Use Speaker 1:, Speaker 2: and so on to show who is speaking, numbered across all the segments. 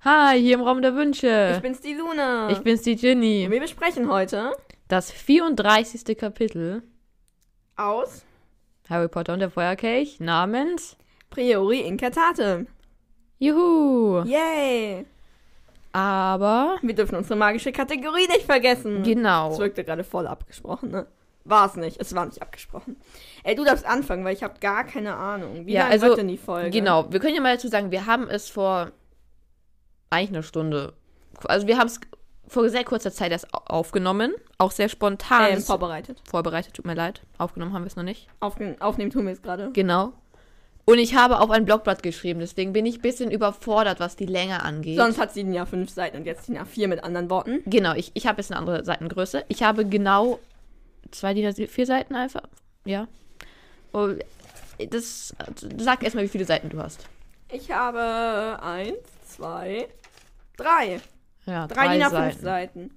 Speaker 1: Hi, hier im Raum der Wünsche.
Speaker 2: Ich bin's die Luna.
Speaker 1: Äh, Ich bin's die Ginny.
Speaker 2: Und wir besprechen heute
Speaker 1: Das 34. Kapitel
Speaker 2: aus
Speaker 1: Harry Potter und der Feuerkelch namens
Speaker 2: Priori Incantatem.
Speaker 1: Juhu.
Speaker 2: Yay!
Speaker 1: Aber
Speaker 2: Wir dürfen unsere magische Kategorie nicht vergessen. Das
Speaker 1: genau.
Speaker 2: wirkte gerade voll abgesprochen, ne? War es nicht. Es war nicht abgesprochen. Ey, du darfst anfangen, weil ich habe gar keine Ahnung. Wie
Speaker 1: Ja,
Speaker 2: lange
Speaker 1: also,
Speaker 2: wird denn die Folge?
Speaker 1: Genau, wir können ja mal dazu sagen, wir haben es vor eigentlich eine Stunde. Also wir haben es vor sehr kurzer Zeit erst au- aufgenommen, auch sehr spontan
Speaker 2: Ähm, vorbereitet.
Speaker 1: vorbereitet, tut mir leid. Aufgenommen haben wir es noch nicht.
Speaker 2: Aufge aufnehmen tun wir es gerade.
Speaker 1: Genau. Und ich habe auf ein Blogblatt geschrieben, deswegen bin ich ein bisschen überfordert, was die Länge angeht.
Speaker 2: Sonst hat sie den ja fünf Seiten und jetzt die nach vier mit anderen Worten.
Speaker 1: Genau, ich, ich habe jetzt eine andere Seitengröße. Ich habe genau zwei DIN A- vier Seiten einfach. Ja. Und das sag erstmal, wie viele Seiten du hast.
Speaker 2: Ich habe eins, zwei, drei.
Speaker 1: Ja,
Speaker 2: Drei,
Speaker 1: drei,
Speaker 2: DIN A5
Speaker 1: Seiten.
Speaker 2: Seiten.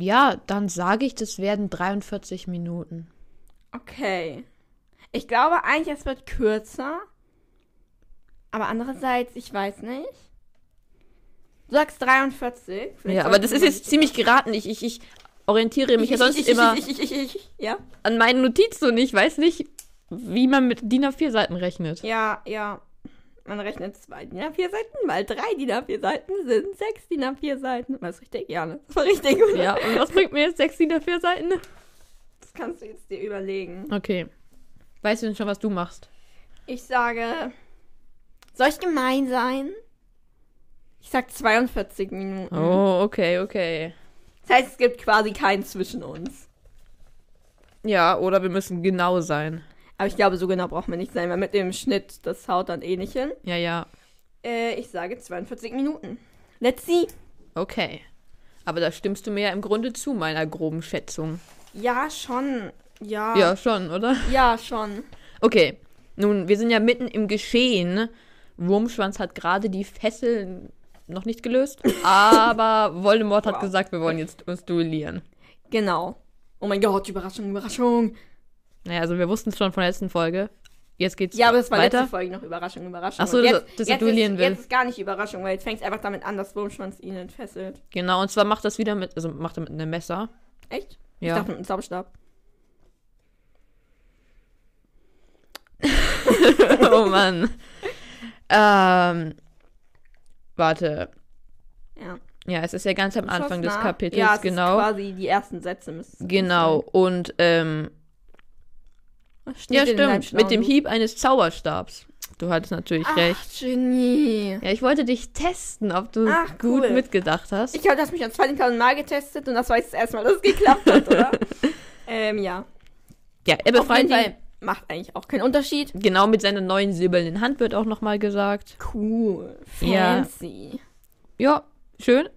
Speaker 1: Ja, dann sage ich, das werden 43 Minuten.
Speaker 2: Okay. Ich glaube eigentlich, es wird kürzer. Aber andererseits, ich weiß nicht. Du sagst 43. Vielleicht
Speaker 1: ja, aber das
Speaker 2: sollten
Speaker 1: ist
Speaker 2: wir-
Speaker 1: jetzt ziemlich geraten. Ich, ich, ich orientiere mich ja sonst
Speaker 2: ich, ich,
Speaker 1: immer
Speaker 2: Ich, ich, ich, ich, ich, ja.
Speaker 1: an meinen Notizen und ich weiß nicht, wie man mit DIN A4 Seiten rechnet.
Speaker 2: Ja, ja. Man rechnet zwei DIN A4 Seiten, weil drei DIN A4 Seiten sind sechs DIN A4 Seiten. War das richtig? Ja, ne? Das war richtig, oder?
Speaker 1: Ja, und was bringt mir jetzt sechs DIN A4 Seiten?
Speaker 2: Das kannst du jetzt dir überlegen.
Speaker 1: Okay. Weißt du denn schon, was du machst?
Speaker 2: Ich sage. Soll ich gemein sein? Ich sag 42 Minuten.
Speaker 1: Oh, okay, okay.
Speaker 2: Das heißt, es gibt quasi keinen zwischen uns.
Speaker 1: Ja, oder wir müssen genau sein.
Speaker 2: Aber ich glaube, so genau braucht man nicht sein, weil mit dem Schnitt, das haut dann eh nicht hin.
Speaker 1: Ja, ja.
Speaker 2: Äh, ich sage 42 Minuten. Let's see.
Speaker 1: Okay. Aber da stimmst du mir ja im Grunde zu, meiner groben Schätzung.
Speaker 2: Ja, schon. Ja.
Speaker 1: Ja, schon, oder?
Speaker 2: Ja, schon.
Speaker 1: Okay. Nun, wir sind ja mitten im Geschehen. Wurmschwanz hat gerade die Fesseln noch nicht gelöst, aber Voldemort hat
Speaker 2: Wow.
Speaker 1: gesagt, wir wollen jetzt uns duellieren.
Speaker 2: Genau. Oh mein Gott, Überraschung, Überraschung.
Speaker 1: Naja, also wir wussten es schon von der letzten Folge. Jetzt geht's
Speaker 2: Ja, aber das war
Speaker 1: weiter.
Speaker 2: letzte Folge noch Überraschung, Überraschung.
Speaker 1: Ach so,
Speaker 2: Und
Speaker 1: dass- dass er
Speaker 2: jetzt,
Speaker 1: duellieren
Speaker 2: ist,
Speaker 1: will.
Speaker 2: jetzt ist gar nicht Überraschung, weil jetzt fängt es einfach damit an, dass Wurmschwanz ihn entfesselt.
Speaker 1: Genau, und zwar macht das wieder mit, also macht er mit einem Messer.
Speaker 2: Echt?
Speaker 1: Ja.
Speaker 2: Ich dachte mit einem Zauberstab.
Speaker 1: oh Mann. ähm, warte.
Speaker 2: Ja.
Speaker 1: Ja, es ist ja ganz am Anfang des
Speaker 2: Schoss nach.
Speaker 1: Kapitels,
Speaker 2: ja, es Ist
Speaker 1: genau.
Speaker 2: quasi die ersten Sätze müssen.
Speaker 1: Genau, und ähm, ja, stimmt, mit
Speaker 2: um.
Speaker 1: dem Hieb eines Zauberstabs. Du hattest natürlich
Speaker 2: Ach,
Speaker 1: recht.
Speaker 2: Genie.
Speaker 1: Ja, ich wollte dich testen, ob du
Speaker 2: Ach,
Speaker 1: gut
Speaker 2: Ah, cool.
Speaker 1: mitgedacht hast.
Speaker 2: Ich glaube, du hast mich am zweiten Mal Mal getestet und das war jetzt das erste Mal, dass es geklappt hat, oder? ähm, ja.
Speaker 1: ja, er
Speaker 2: Auf jeden
Speaker 1: befreit ihn.
Speaker 2: Fall macht eigentlich auch keinen Unterschied.
Speaker 1: Genau, mit seiner neuen silbernen Hand wird auch nochmal gesagt.
Speaker 2: Cool.
Speaker 1: Ja.
Speaker 2: Fancy.
Speaker 1: Ja, schön.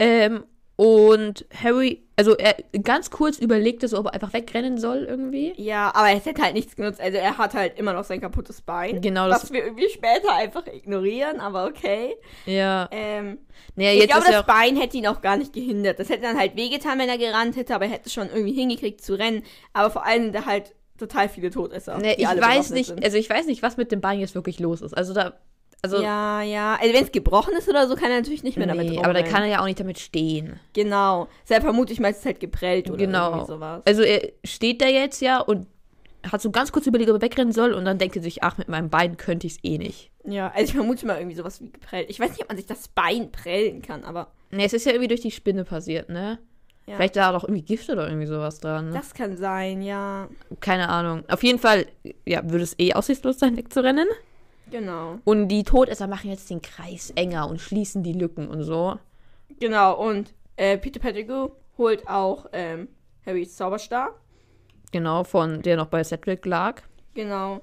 Speaker 1: Ähm, und Harry, also er ganz kurz überlegt es, ob er einfach wegrennen soll irgendwie.
Speaker 2: Ja, aber es hätte halt nichts genutzt. Also er hat halt immer noch sein kaputtes Bein.
Speaker 1: Genau, das-
Speaker 2: Was wir irgendwie später einfach ignorieren, aber okay.
Speaker 1: Ja.
Speaker 2: Ähm,
Speaker 1: Naja,
Speaker 2: ich
Speaker 1: jetzt
Speaker 2: glaube,
Speaker 1: ist er
Speaker 2: das Bein hätte ihn auch gar nicht gehindert. Das hätte dann halt wehgetan, wenn er gerannt hätte, aber er hätte schon irgendwie hingekriegt zu rennen. Aber vor allem sind da halt total viele Todesser.
Speaker 1: Nee,
Speaker 2: die
Speaker 1: Ne, ich
Speaker 2: alle
Speaker 1: weiß
Speaker 2: bewaffnet
Speaker 1: nicht,
Speaker 2: sind.
Speaker 1: also ich weiß nicht, was mit dem Bein jetzt wirklich los ist. Also da, also
Speaker 2: ja, ja. Also wenn es gebrochen ist oder so, kann er natürlich nicht mehr damit
Speaker 1: nee, aber da
Speaker 2: rumrennen.
Speaker 1: kann er ja auch nicht damit stehen.
Speaker 2: Genau. Deshalb vermute ich mal, es ist halt geprellt oder
Speaker 1: Genau.
Speaker 2: irgendwie sowas.
Speaker 1: Also er steht da jetzt ja und hat so ganz kurz überlegt, ob er wegrennen soll und dann denkt er sich, ach, mit meinem Bein könnte ich es eh nicht.
Speaker 2: Ja, also ich vermute mal irgendwie sowas wie geprellt. Ich weiß nicht, ob man sich das Bein prellen kann, aber
Speaker 1: Ne, es ist ja irgendwie durch die Spinne passiert, ne?
Speaker 2: Ja.
Speaker 1: Vielleicht war da doch irgendwie Gift oder irgendwie sowas dran. Ne?
Speaker 2: das kann sein, ja.
Speaker 1: Keine Ahnung. Auf jeden Fall, ja, würde es eh aussichtslos sein, wegzurennen.
Speaker 2: Genau.
Speaker 1: Und die Todesser machen jetzt den Kreis enger und schließen die Lücken und so.
Speaker 2: Genau, und äh, Peter Pettigrew holt auch ähm, Harrys Zauberstab.
Speaker 1: Genau, von der noch bei Cedric lag.
Speaker 2: Genau.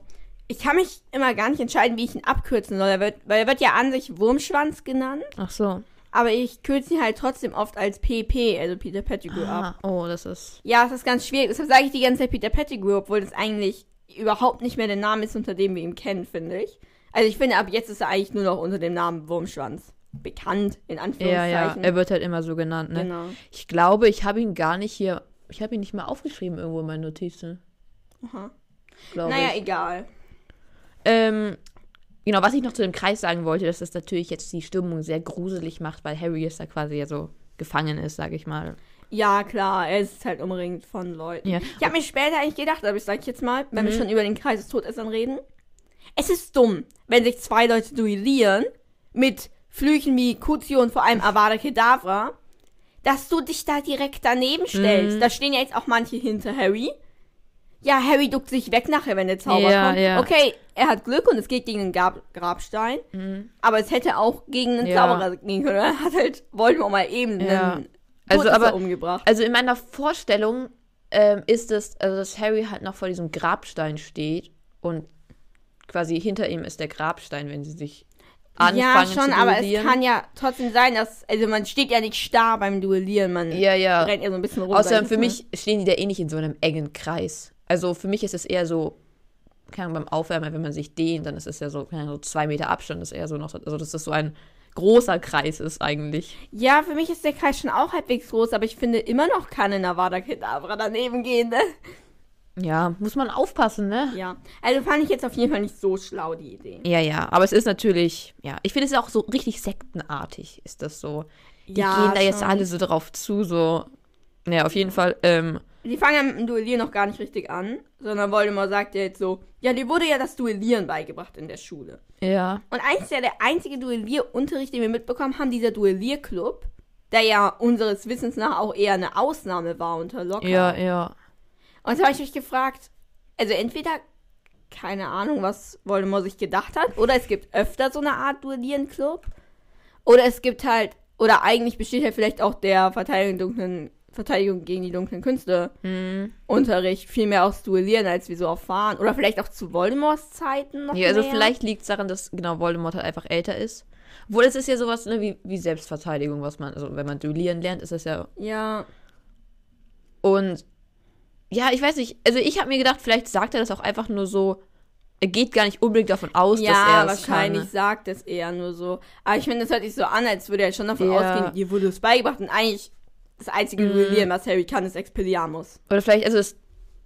Speaker 2: Ich kann mich immer gar nicht entscheiden, wie ich ihn abkürzen soll. Er wird, weil er wird ja an sich Wurmschwanz genannt,
Speaker 1: Ach so.
Speaker 2: aber ich kürze ihn halt trotzdem oft als PP, also Peter Pettigrew, ab.
Speaker 1: Ah, oh, das ist
Speaker 2: Ja, es ist ganz schwierig. Deshalb sage ich die ganze Zeit Peter Pettigrew, obwohl das eigentlich überhaupt nicht mehr der Name ist, unter dem wir ihn kennen, finde ich. Also ich finde, ab jetzt ist er eigentlich nur noch unter dem Namen Wurmschwanz bekannt, in
Speaker 1: Ja, ja,
Speaker 2: Anführungszeichen.
Speaker 1: er wird halt immer so genannt, ne?
Speaker 2: Genau.
Speaker 1: Ich glaube, ich habe ihn gar nicht hier, ich habe ihn nicht mal aufgeschrieben irgendwo in meinen Notizen.
Speaker 2: Aha.
Speaker 1: Glaube
Speaker 2: Naja,
Speaker 1: ich.
Speaker 2: egal.
Speaker 1: Ähm, Genau, was ich noch zu dem Kreis sagen wollte, dass das natürlich jetzt die Stimmung sehr gruselig macht, weil Harry jetzt da quasi ja so gefangen ist, sage ich mal.
Speaker 2: Ja, klar, er ist halt umringt von Leuten.
Speaker 1: Ja. Mhm.
Speaker 2: Ich habe mir später eigentlich gedacht, aber ich sage jetzt mal, wenn wir schon über den Kreis des Todessern reden. Es ist dumm, wenn sich zwei Leute duellieren mit Flüchen wie Kuzio und vor allem Avada Kedavra, dass du dich da direkt daneben
Speaker 1: Mhm.
Speaker 2: stellst. Da stehen ja jetzt auch manche hinter Harry. Ja, Harry duckt sich weg nachher, wenn der Zauber
Speaker 1: Ja,
Speaker 2: kommt.
Speaker 1: ja.
Speaker 2: Okay, er hat Glück und es geht gegen den Grab Grabstein. Aber es hätte auch gegen
Speaker 1: Mhm.
Speaker 2: einen
Speaker 1: Ja.
Speaker 2: Zauberer gehen können. Er hat halt, wollen wir mal eben
Speaker 1: Ja.
Speaker 2: einen
Speaker 1: Also,
Speaker 2: Todesser
Speaker 1: aber-
Speaker 2: umgebracht.
Speaker 1: Also in meiner Vorstellung ähm, ist es, also dass Harry halt noch vor diesem Grabstein steht und quasi hinter ihm ist der Grabstein, wenn sie sich anfangen
Speaker 2: ja, schon,
Speaker 1: zu
Speaker 2: aber es
Speaker 1: duellieren.
Speaker 2: kann ja trotzdem sein, dass, also man steht ja nicht starr beim Duellieren, man
Speaker 1: ja, ja.
Speaker 2: rennt ja so ein bisschen rum. sag
Speaker 1: Außerdem
Speaker 2: ich
Speaker 1: für
Speaker 2: jetzt mal.
Speaker 1: mich stehen die da eh nicht in so einem engen Kreis. Also für mich ist es eher so, keine Ahnung, beim Aufwärmen, wenn man sich dehnt, dann ist es ja so, keine Ahnung, so zwei Meter Abstand ist eher so noch, so- also dass das so ein großer Kreis ist eigentlich.
Speaker 2: Ja, für mich ist der Kreis schon auch halbwegs groß, aber ich finde immer noch kann in Avada Kedavra daneben gehen, ne?
Speaker 1: Ja, muss man aufpassen, ne?
Speaker 2: Ja. Also fand ich jetzt auf jeden Fall nicht so schlau, die Idee.
Speaker 1: Ja, ja, aber es ist natürlich, ja, ich finde es ist auch so richtig sektenartig, ist das so. Die
Speaker 2: Ja,
Speaker 1: gehen da jetzt
Speaker 2: schon.
Speaker 1: alle so drauf zu, so. Ja, auf jeden Fall, ähm,
Speaker 2: Die fangen ja mit dem Duellieren noch gar nicht richtig an, sondern Voldemort sagt ja jetzt so, ja, dir wurde ja das Duellieren beigebracht in der Schule.
Speaker 1: ja.
Speaker 2: Und eigentlich ist ja der einzige Duellierunterricht, den wir mitbekommen haben, dieser Duellierclub, der ja unseres Wissens nach auch eher eine Ausnahme war unter Locker.
Speaker 1: Ja, ja.
Speaker 2: Und da habe ich mich gefragt, also entweder keine Ahnung, was Voldemort sich gedacht hat, oder es gibt öfter so eine Art Duellieren-Club, oder es gibt halt, oder eigentlich besteht ja vielleicht auch der Verteidigung, dunklen, Verteidigung gegen die dunklen Künste
Speaker 1: Hm.
Speaker 2: Unterricht viel mehr aufs Duellieren, als wir so erfahren. Oder vielleicht auch zu Voldemorts Zeiten noch
Speaker 1: Ja, also
Speaker 2: mehr.
Speaker 1: vielleicht liegt es daran, dass genau Voldemort halt einfach älter ist. Obwohl es ist ja sowas ne, wie, wie Selbstverteidigung, was man, also wenn man duellieren lernt, ist das ja.
Speaker 2: Ja,
Speaker 1: Und ja, ich weiß nicht, also ich habe mir gedacht, vielleicht sagt er das auch einfach nur so, er geht gar nicht unbedingt davon aus, dass er
Speaker 2: ja
Speaker 1: es
Speaker 2: wahrscheinlich
Speaker 1: kann.
Speaker 2: sagt es eher nur so. Aber ich finde, das hört sich so an, als würde er schon davon
Speaker 1: Ja. Mhm.
Speaker 2: ausgehen, dir wurde es beigebracht. Und eigentlich das einzige Duellieren, was Harry kann, ist Expelliarmus.
Speaker 1: ne? Oder vielleicht ist es,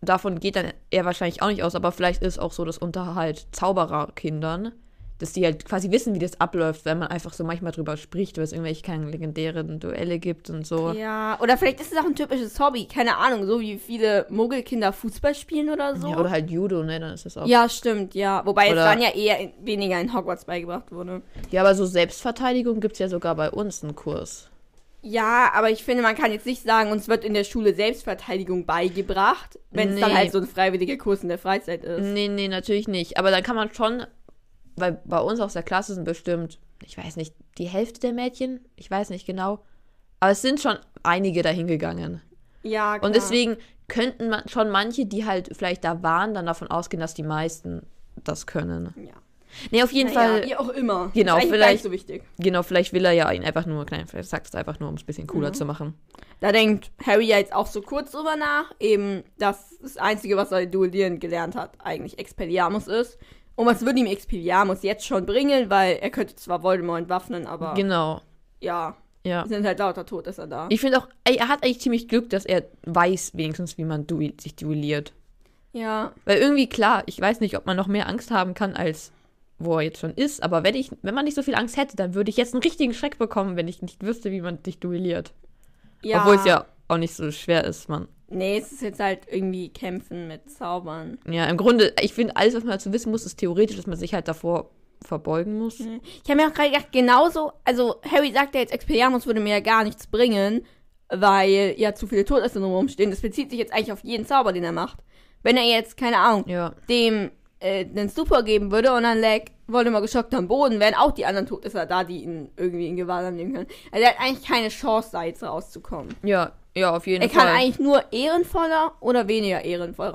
Speaker 1: davon geht dann er wahrscheinlich auch nicht aus, aber vielleicht ist es auch so, dass unter halt Zaubererkindern, dass die halt quasi wissen, wie das abläuft, wenn man einfach so manchmal drüber spricht, weil es irgendwelche keine legendären Duelle gibt und so.
Speaker 2: Ja, oder vielleicht ist es auch ein typisches Hobby. Keine Ahnung, so wie viele Muggelkinder Fußball spielen oder so.
Speaker 1: Ja, oder halt Judo, ne, dann ist das auch.
Speaker 2: Ja, stimmt, ja. Wobei es
Speaker 1: Oder-
Speaker 2: dann ja eher in, weniger in Hogwarts beigebracht wurde.
Speaker 1: Ja, aber so Selbstverteidigung gibt es ja sogar bei uns einen Kurs.
Speaker 2: Ja, aber ich finde, man kann jetzt nicht sagen, uns wird in der Schule Selbstverteidigung beigebracht, wenn es dann
Speaker 1: Nee.
Speaker 2: halt so ein freiwilliger Kurs in der Freizeit ist.
Speaker 1: Nee, nee, natürlich nicht. Aber dann kann man schon, weil bei uns aus der Klasse sind bestimmt, ich weiß nicht, die Hälfte der Mädchen, ich weiß nicht genau. Aber es sind schon einige dahin gegangen.
Speaker 2: Ja, klar.
Speaker 1: Und deswegen könnten man schon manche, die halt vielleicht da waren, dann davon ausgehen, dass die meisten das können.
Speaker 2: Ja.
Speaker 1: Nee, auf jeden
Speaker 2: Naja,
Speaker 1: Fall,
Speaker 2: wie auch immer. Ist
Speaker 1: Genau,
Speaker 2: eigentlich gar
Speaker 1: vielleicht-
Speaker 2: nicht so wichtig.
Speaker 1: genau, vielleicht will er ja ihn einfach nur, nein, vielleicht sagt es einfach nur, um es ein bisschen cooler zu machen.
Speaker 2: Da denkt Harry ja jetzt auch so kurz drüber nach, eben, dass das Einzige, was er duellieren gelernt hat, eigentlich Expelliarmus ist. Und was würde ihm Expelliarmus jetzt schon bringen, weil er könnte zwar Voldemort entwaffnen, aber
Speaker 1: Genau,
Speaker 2: ja,
Speaker 1: ja.
Speaker 2: sind halt lauter tot, ist er da.
Speaker 1: Ich finde auch, ey, er hat eigentlich ziemlich Glück, dass er weiß wenigstens, wie man duel sich duelliert.
Speaker 2: Ja,
Speaker 1: Weil irgendwie, klar, ich weiß nicht, ob man noch mehr Angst haben kann, als wo er jetzt schon ist. Aber wenn, ich, wenn man nicht so viel Angst hätte, dann würde ich jetzt einen richtigen Schreck bekommen, wenn ich nicht wüsste, wie man sich duelliert.
Speaker 2: ja.
Speaker 1: Obwohl es ja auch nicht so schwer ist, man.
Speaker 2: Nee, es ist jetzt halt irgendwie Kämpfen mit Zaubern.
Speaker 1: Ja, im Grunde, ich finde, alles, was man dazu wissen muss, ist theoretisch, dass man sich halt davor verbeugen muss.
Speaker 2: Ich habe mir auch gerade gedacht, genauso, also Harry sagt ja jetzt, Expelliarmus würde mir ja gar nichts bringen, weil ja zu viele Todesser rumstehen. Das bezieht sich jetzt eigentlich auf jeden Zauber, den er macht. Wenn er jetzt, keine Ahnung,
Speaker 1: Ja.
Speaker 2: dem äh, einen Stupor geben würde und dann lag Voldemort geschockt am Boden, wären auch die anderen Todesser da, die ihn irgendwie in Gewahrsam nehmen können. Also er hat eigentlich keine Chance, da jetzt rauszukommen.
Speaker 1: Ja, ja, auf jeden
Speaker 2: Er
Speaker 1: Fall.
Speaker 2: kann eigentlich nur ehrenvoller oder weniger ehrenvoll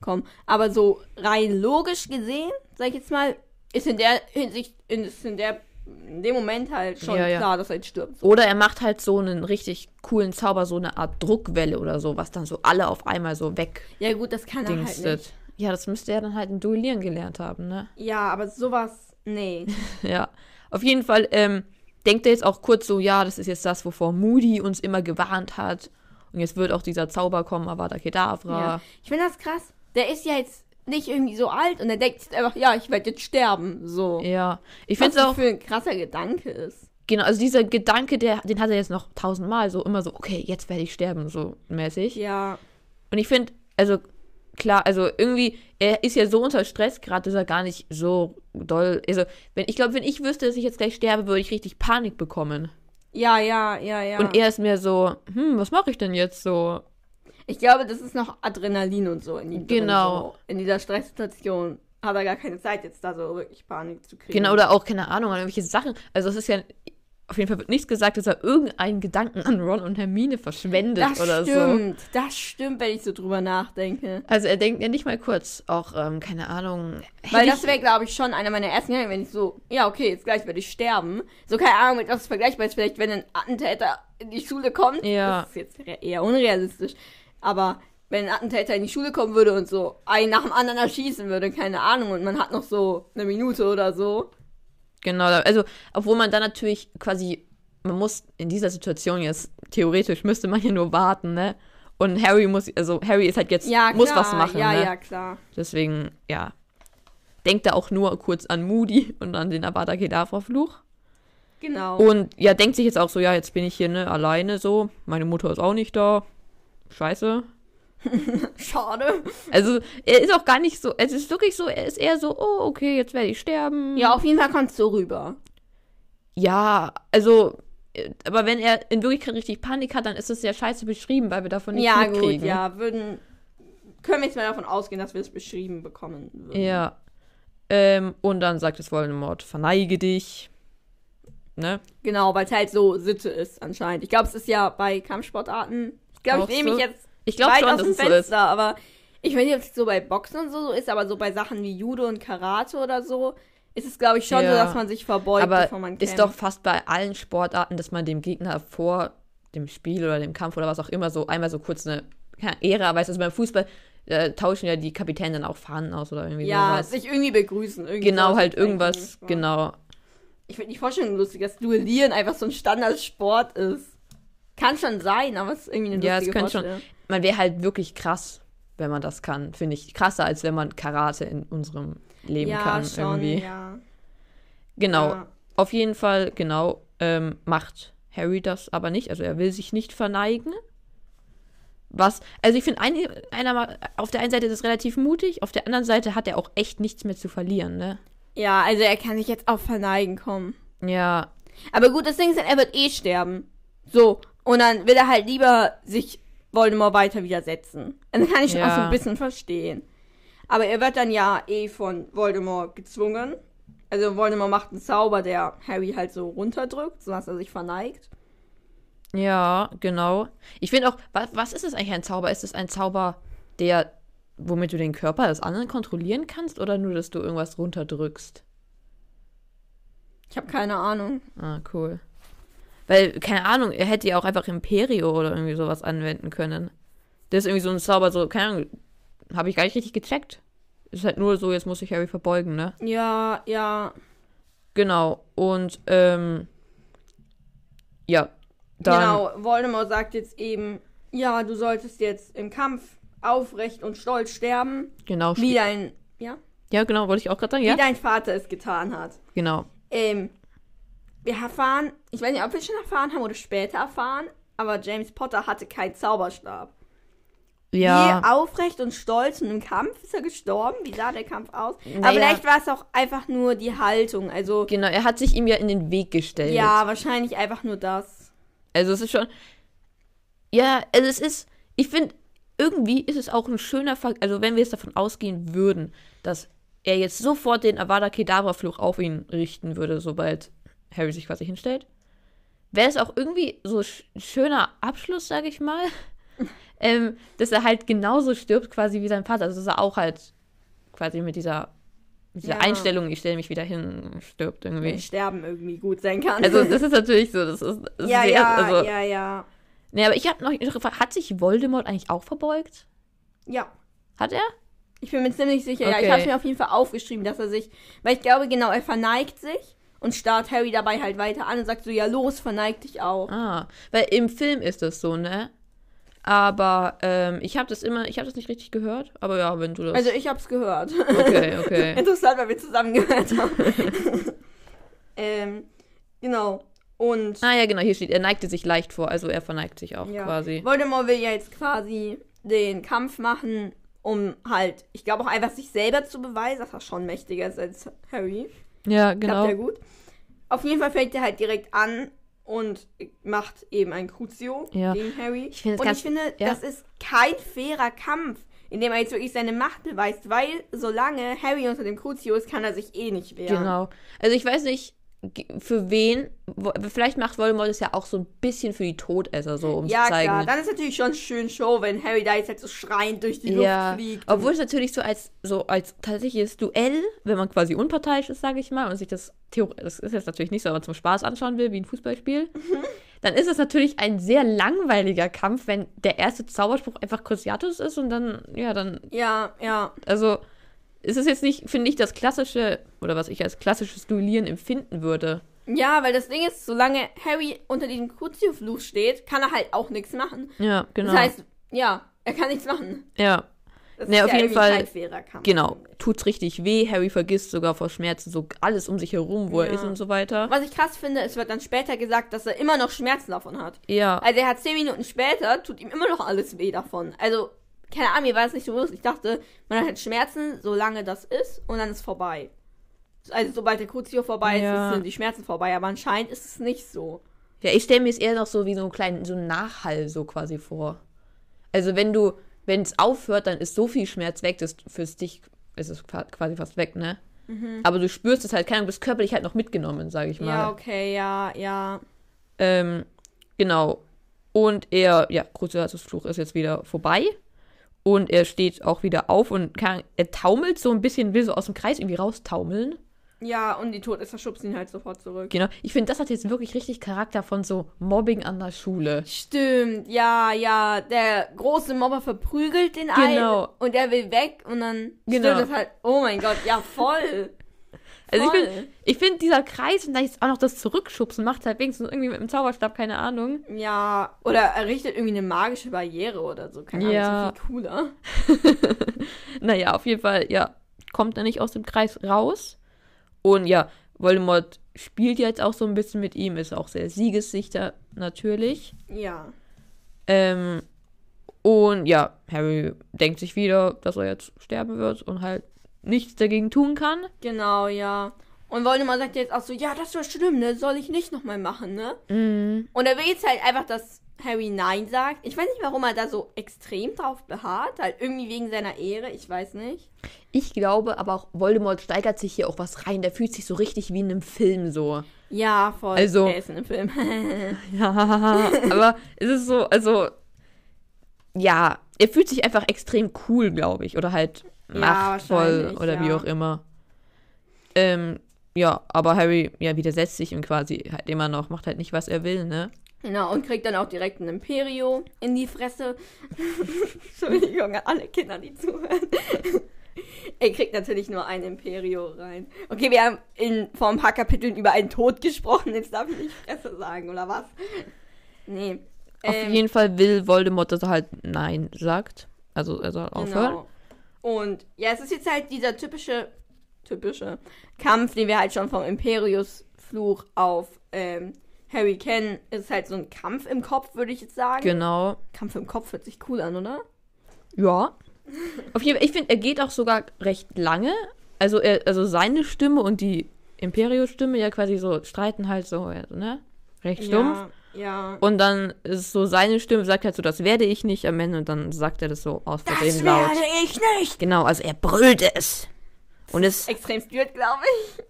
Speaker 2: rauskommen. Aber so rein logisch gesehen, sag ich jetzt mal, ist in der Hinsicht, in, ist in der in dem Moment halt schon
Speaker 1: Ja, ja.
Speaker 2: klar, dass er jetzt stirbt. So.
Speaker 1: Oder er macht halt so einen richtig coolen Zauber, so eine Art Druckwelle oder so, was dann so alle auf einmal so weg
Speaker 2: Ja gut, das kann er halt
Speaker 1: dingstet.
Speaker 2: nicht.
Speaker 1: Ja, das müsste er dann halt im Duellieren gelernt haben, ne?
Speaker 2: Ja, aber sowas, nee.
Speaker 1: Ja. Auf jeden Fall ähm, denkt er jetzt auch kurz so, ja, das ist jetzt das, wovor Moody uns immer gewarnt hat. Und jetzt wird auch dieser Zauber kommen, Avada Kedavra.
Speaker 2: Ja. Ich finde das krass. Der ist ja jetzt nicht irgendwie so alt und er denkt sich einfach, ja, ich werde jetzt sterben. So.
Speaker 1: Ja. Ich
Speaker 2: Was
Speaker 1: finde es
Speaker 2: das
Speaker 1: auch,
Speaker 2: für ein krasser Gedanke ist.
Speaker 1: genau, also dieser Gedanke, der, den hat er jetzt noch tausendmal so, immer so, okay, jetzt werde ich sterben, so mäßig.
Speaker 2: Ja.
Speaker 1: Und ich finde, also klar, also irgendwie, er ist ja so unter Stress gerade, dass er gar nicht so doll. Also, wenn ich glaube, wenn ich wüsste, dass ich jetzt gleich sterbe, würde ich richtig Panik bekommen.
Speaker 2: Ja, ja, ja, ja.
Speaker 1: Und er ist mir so, hm, was mache ich denn jetzt so?
Speaker 2: ich glaube, das ist noch Adrenalin und so in ihm. drin,
Speaker 1: Genau.
Speaker 2: So. In dieser Stresssituation hat er gar keine Zeit, jetzt da so wirklich Panik zu kriegen.
Speaker 1: Genau, oder auch, keine Ahnung, an irgendwelche Sachen. Also, es ist ja. Auf jeden Fall wird nichts gesagt, dass er irgendeinen Gedanken an Ron und Hermine verschwendet
Speaker 2: das
Speaker 1: oder so.
Speaker 2: stimmt. Das stimmt, wenn ich so drüber nachdenke.
Speaker 1: Also er denkt ja nicht mal kurz, auch, ähm, keine Ahnung.
Speaker 2: Weil
Speaker 1: hätte
Speaker 2: das wäre, glaube ich, schon einer meiner ersten Gedanken, wenn ich so, ja, okay, jetzt gleich werde ich sterben. So, keine Ahnung, mit was vergleichbar ist. Vielleicht, wenn ein Attentäter in die Schule kommt.
Speaker 1: Ja.
Speaker 2: Das ist jetzt re- eher unrealistisch. Aber wenn ein Attentäter in die Schule kommen würde und so einen nach dem anderen erschießen würde, keine Ahnung, und man hat noch so eine Minute oder so.
Speaker 1: Genau, da- also obwohl man dann natürlich quasi, man muss in dieser Situation jetzt, theoretisch müsste man ja nur warten, ne? Und Harry muss, also Harry ist halt jetzt,
Speaker 2: Ja, klar.
Speaker 1: muss was machen,
Speaker 2: Ja,
Speaker 1: ne?
Speaker 2: ja, klar.
Speaker 1: Deswegen, ja. Denkt da auch nur kurz an Moody und an den Avada Kedavra-Fluch.
Speaker 2: Genau.
Speaker 1: Und ja, denkt sich jetzt auch so, ja, jetzt bin ich hier, ne, alleine so. Meine Mutter ist auch nicht da. Scheiße.
Speaker 2: Schade.
Speaker 1: Also, er ist auch gar nicht so, es ist wirklich so, er ist eher so, oh, okay, jetzt werde ich sterben.
Speaker 2: Ja, auf jeden Fall kommst du rüber.
Speaker 1: Ja, also, äh, aber wenn er in Wirklichkeit richtig Panik hat, dann ist es ja scheiße beschrieben, weil wir davon nichts
Speaker 2: ja, gut,
Speaker 1: mitkriegen.
Speaker 2: ja, würden. Können wir jetzt mal davon ausgehen, dass wir es beschrieben bekommen würden.
Speaker 1: ja. Ähm, und dann sagt es Voldemort, verneige dich. Ne?
Speaker 2: Genau, weil es halt so Sitte ist anscheinend. Ich glaube, es ist ja bei Kampfsportarten. Ich glaube, ich
Speaker 1: Glaubst
Speaker 2: nehme mich
Speaker 1: du?
Speaker 2: jetzt
Speaker 1: Ich glaube
Speaker 2: weit
Speaker 1: schon,
Speaker 2: aus
Speaker 1: dass
Speaker 2: dem
Speaker 1: es so ist.
Speaker 2: Fenster, aber ich weiß nicht, ob es so bei Boxen und so so ist, aber so bei Sachen wie Judo und Karate oder so ist es, glaube ich, schon so,
Speaker 1: Ja.
Speaker 2: dass man sich verbeugt,
Speaker 1: Aber
Speaker 2: bevor man
Speaker 1: ist
Speaker 2: kämpft.
Speaker 1: doch fast bei allen Sportarten, dass man dem Gegner vor dem Spiel oder dem Kampf oder was auch immer so einmal so kurz eine keine Ehre, weißt du, also beim Fußball äh, tauschen ja die Kapitäne dann auch Fahnen aus oder irgendwie
Speaker 2: Ja,
Speaker 1: sowas.
Speaker 2: sich irgendwie begrüßen. Irgendwie
Speaker 1: Genau,
Speaker 2: sowas
Speaker 1: halt
Speaker 2: ist eigentlich
Speaker 1: irgendwas,
Speaker 2: so.
Speaker 1: genau.
Speaker 2: Ich finde die Vorstellung lustig, dass Duellieren einfach so ein Standardsport ist. Kann schon sein, aber es ist irgendwie eine
Speaker 1: Ja, es
Speaker 2: lustige
Speaker 1: könnte
Speaker 2: Vorstellung.
Speaker 1: schon. Man wäre halt wirklich krass, wenn man das kann, finde ich. Krasser, als wenn man Karate in unserem Leben
Speaker 2: ja,
Speaker 1: kann.
Speaker 2: schon,
Speaker 1: irgendwie.
Speaker 2: ja.
Speaker 1: Genau.
Speaker 2: Ja.
Speaker 1: Auf jeden Fall, genau, ähm, macht Harry das aber nicht. Also er will sich nicht verneigen. Was, also ich finde, ein, einer mal- auf der einen Seite ist es relativ mutig, auf der anderen Seite hat er auch echt nichts mehr zu verlieren, ne?
Speaker 2: Ja, also er kann sich jetzt auch verneigen kommen.
Speaker 1: Ja,
Speaker 2: Aber gut, das Ding ist, er wird eh sterben. So. Und dann will er halt lieber sich Voldemort weiter widersetzen. Also kann ich schon auch so
Speaker 1: Ja.
Speaker 2: ein bisschen verstehen. Aber er wird dann ja eh von Voldemort gezwungen. Also Voldemort macht einen Zauber, der Harry halt so runterdrückt, sodass er sich verneigt.
Speaker 1: ja, genau. Ich finde auch, was, was ist es eigentlich ein Zauber? Ist es ein Zauber, der, womit du den Körper des anderen kontrollieren kannst oder nur, dass du irgendwas runterdrückst?
Speaker 2: Ich habe keine Ahnung.
Speaker 1: Ah, cool. Weil, keine Ahnung, er hätte ja auch einfach Imperio oder irgendwie sowas anwenden können. Das ist irgendwie so ein Zauber, so, keine Ahnung, habe ich gar nicht richtig gecheckt. Ist halt nur so, jetzt muss ich Harry verbeugen, ne?
Speaker 2: Ja, ja.
Speaker 1: Genau, und, ähm, ja, dann,
Speaker 2: Genau, Voldemort sagt jetzt eben, ja, du solltest jetzt im Kampf aufrecht und stolz sterben,
Speaker 1: genau,
Speaker 2: wie
Speaker 1: sti-
Speaker 2: dein, ja,
Speaker 1: ja, genau, wollte ich auch gerade sagen,
Speaker 2: wie
Speaker 1: ja,
Speaker 2: dein Vater es getan hat.
Speaker 1: genau,
Speaker 2: Ähm, wir erfahren, ich weiß nicht, ob wir schon erfahren haben oder später erfahren, aber James Potter hatte keinen Zauberstab.
Speaker 1: ja,
Speaker 2: Wie aufrecht und stolz und im Kampf ist er gestorben. Wie sah der Kampf aus? Aber
Speaker 1: Naja.
Speaker 2: vielleicht war es auch einfach nur die Haltung. Also,
Speaker 1: genau, er hat sich ihm ja in den Weg gestellt.
Speaker 2: ja, wahrscheinlich einfach nur das.
Speaker 1: Also es ist schon. Ja, also es ist. Ich finde, irgendwie ist es auch ein schöner Ver Also wenn wir jetzt davon ausgehen würden, dass er jetzt sofort den Avada Kedavra-Fluch auf ihn richten würde, sobald Harry sich quasi hinstellt, wäre es auch irgendwie so sch- ein schöner Abschluss, sage ich mal. ähm, dass er halt genauso stirbt quasi wie sein Vater. Also dass er auch halt quasi mit dieser, mit dieser
Speaker 2: Ja.
Speaker 1: Einstellung, ich stelle mich wieder hin, stirbt irgendwie.
Speaker 2: Wenn Sterben irgendwie gut sein kann.
Speaker 1: Also das ist natürlich so, das ist das ist
Speaker 2: ja,
Speaker 1: sehr-
Speaker 2: ja,
Speaker 1: also,
Speaker 2: ja, ja.
Speaker 1: Nee, aber ich habe noch noch gefragt, hat sich Voldemort eigentlich auch verbeugt?
Speaker 2: Ja.
Speaker 1: Hat er?
Speaker 2: Ich bin mir ziemlich sicher, ja. Ich
Speaker 1: Okay.
Speaker 2: habe es mir auf jeden Fall aufgeschrieben, dass er sich, weil ich glaube, genau, er verneigt sich und starrt Harry dabei halt weiter an und sagt so, ja, los, verneig dich auch.
Speaker 1: Ah, weil im Film ist das so, ne? Aber ähm, ich habe das immer, ich habe das nicht richtig gehört. Aber ja, wenn du das.
Speaker 2: Also ich hab's gehört.
Speaker 1: okay, okay.
Speaker 2: Interessant, weil wir zusammen gehört haben. ähm, genau. Und
Speaker 1: Ah ja, genau, hier steht, er neigte sich leicht vor, also er verneigt sich auch
Speaker 2: ja,
Speaker 1: quasi.
Speaker 2: Voldemort will ja jetzt quasi den Kampf machen, um halt, ich glaube auch einfach sich selber zu beweisen, dass er schon mächtiger ist als Harry.
Speaker 1: Ja,
Speaker 2: Klappt
Speaker 1: genau.
Speaker 2: ja gut. Auf jeden Fall fängt er halt direkt an und macht eben ein Crucio
Speaker 1: Ja.
Speaker 2: gegen Harry.
Speaker 1: Ich finde, das
Speaker 2: und
Speaker 1: ganz-
Speaker 2: ich finde,
Speaker 1: ja.
Speaker 2: das ist kein fairer Kampf, in dem er jetzt wirklich seine Macht beweist, weil solange Harry unter dem Crucio ist, kann er sich eh nicht wehren.
Speaker 1: Genau. Also ich weiß nicht, ge- für wen, wo, vielleicht macht Voldemort es ja auch so ein bisschen für die Todesser, so um
Speaker 2: Ja,
Speaker 1: zu zeigen.
Speaker 2: klar. Dann ist natürlich schon schön Show, wenn Harry da jetzt halt so schreiend durch die
Speaker 1: ja,
Speaker 2: Luft fliegt.
Speaker 1: obwohl es natürlich so als so als tatsächliches Duell, wenn man quasi unparteiisch ist, sage ich mal, und sich das Theor das ist jetzt natürlich nicht so, aber zum Spaß anschauen will, wie ein Fußballspiel,
Speaker 2: Mhm.
Speaker 1: dann ist es natürlich ein sehr langweiliger Kampf, wenn der erste Zauberspruch einfach Cruciatus ist und dann ja, dann
Speaker 2: Ja, ja.
Speaker 1: also es ist jetzt nicht finde ich das klassische oder was ich als klassisches Duellieren empfinden würde.
Speaker 2: Ja, weil das Ding ist, solange Harry unter diesem Crucio-Fluch steht, kann er halt auch nichts machen.
Speaker 1: Ja, genau.
Speaker 2: Das heißt, ja, er kann nichts machen.
Speaker 1: ja,
Speaker 2: Das
Speaker 1: Nee, auf jeden
Speaker 2: irgendwie
Speaker 1: Fall-
Speaker 2: kein fairer Kampf.
Speaker 1: genau. Tut's richtig weh. Harry vergisst sogar vor Schmerzen so alles um sich herum, wo er
Speaker 2: Ja.
Speaker 1: ist und so weiter.
Speaker 2: Was ich krass finde, es wird dann später gesagt, dass er immer noch Schmerzen davon hat.
Speaker 1: Ja.
Speaker 2: Also er hat zehn Minuten später, tut ihm immer noch alles weh davon. Also, keine Ahnung, mir war es nicht so bewusst. Ich dachte, man hat halt Schmerzen, solange das ist, und dann ist vorbei. Also sobald der Crucio vorbei
Speaker 1: Ja.
Speaker 2: ist, sind die Schmerzen vorbei. Aber anscheinend ist es nicht so.
Speaker 1: Ja, ich stelle mir es eher noch so wie so einen kleinen, so einen Nachhall so quasi vor. Also wenn du, wenn es aufhört, dann ist so viel Schmerz weg, dass du- fürs dich ist es qua- quasi fast weg, ne? Aber du spürst es halt, keine Ahnung, bist körperlich halt noch mitgenommen, sage ich mal.
Speaker 2: Mhm. Ja, okay, ja, ja.
Speaker 1: Ähm, genau. Und er, ja, Cruciatus Fluch ist jetzt wieder vorbei. Und er steht auch wieder auf und kann, er taumelt so ein bisschen, will so aus dem Kreis irgendwie raustaumeln.
Speaker 2: Ja, und die Todesser schubsen ihn halt sofort zurück.
Speaker 1: Genau. Ich finde, das hat jetzt wirklich richtig Charakter von so Mobbing an der Schule.
Speaker 2: Stimmt, ja, ja. Der große Mobber verprügelt den einen
Speaker 1: Genau.
Speaker 2: und er will weg und dann
Speaker 1: Genau.
Speaker 2: stimmt das halt. Oh mein Gott, ja, voll.
Speaker 1: Also ich
Speaker 2: Voll.
Speaker 1: finde, ich find dieser Kreis und dann jetzt auch noch das Zurückschubsen macht halt wenigstens irgendwie mit dem Zauberstab, keine Ahnung.
Speaker 2: Ja, oder errichtet irgendwie eine magische Barriere oder so. Keine Ahnung,
Speaker 1: Ja.
Speaker 2: ist viel cooler.
Speaker 1: Naja, auf jeden Fall, ja, kommt er nicht aus dem Kreis raus. Und ja, Voldemort spielt jetzt auch so ein bisschen mit ihm, ist auch sehr siegessicher natürlich.
Speaker 2: Ja.
Speaker 1: Ähm, und ja, Harry denkt sich wieder, dass er jetzt sterben wird und halt nichts dagegen tun kann.
Speaker 2: Genau, ja. Und Voldemort sagt jetzt auch so, ja, das war schlimm, ne? Soll ich nicht nochmal machen, ne?
Speaker 1: Mhm.
Speaker 2: Und er will jetzt halt einfach, dass Harry Nein sagt. Ich weiß nicht, warum er da so extrem drauf beharrt. Halt irgendwie wegen seiner Ehre, ich weiß nicht.
Speaker 1: Ich glaube aber auch, Voldemort steigert sich hier auch was rein. Der fühlt sich so richtig wie in einem Film so.
Speaker 2: Ja, voll.
Speaker 1: Also-
Speaker 2: Er ist in einem Film.
Speaker 1: Ja, aber es ist so, also, ja, er fühlt sich einfach extrem cool, glaube ich, oder halt
Speaker 2: Ja,
Speaker 1: machtvoll
Speaker 2: wahrscheinlich,
Speaker 1: oder wie
Speaker 2: ja.
Speaker 1: auch immer. Ähm, ja, aber Harry, ja, widersetzt sich ihm quasi halt immer noch, macht halt nicht, was er will, ne?
Speaker 2: genau, und kriegt dann auch direkt ein Imperio in die Fresse. Entschuldigung an alle Kinder, die zuhören. er kriegt natürlich nur ein Imperio rein. Okay, wir haben in, vor ein paar Kapiteln über einen Tod gesprochen. Jetzt darf ich nicht Fresse sagen, oder was? Nee. Ähm.
Speaker 1: Auf jeden Fall will Voldemort, dass er halt Nein sagt. Also er soll aufhören.
Speaker 2: Genau. Und ja, es ist jetzt halt dieser typische, typische Kampf, den wir halt schon vom Imperius-Fluch auf ähm, Harry kennen. Es ist halt so ein Kampf im Kopf, würde ich jetzt sagen.
Speaker 1: Genau.
Speaker 2: Kampf im Kopf hört sich cool an, oder?
Speaker 1: Ja. Auf jeden Fall, ich finde, er geht auch sogar recht lange. Also, er, also seine Stimme und die Imperio-Stimme ja quasi so streiten halt so, ja, ne? Recht stumpf.
Speaker 2: Ja. ja.
Speaker 1: Und dann ist so seine Stimme, sagt halt so, das werde ich nicht am Ende. Und dann sagt er das so aus Versehen laut.
Speaker 2: ich nicht!
Speaker 1: Genau, also er brüllt es. Und es
Speaker 2: Extrem stört, glaube ich.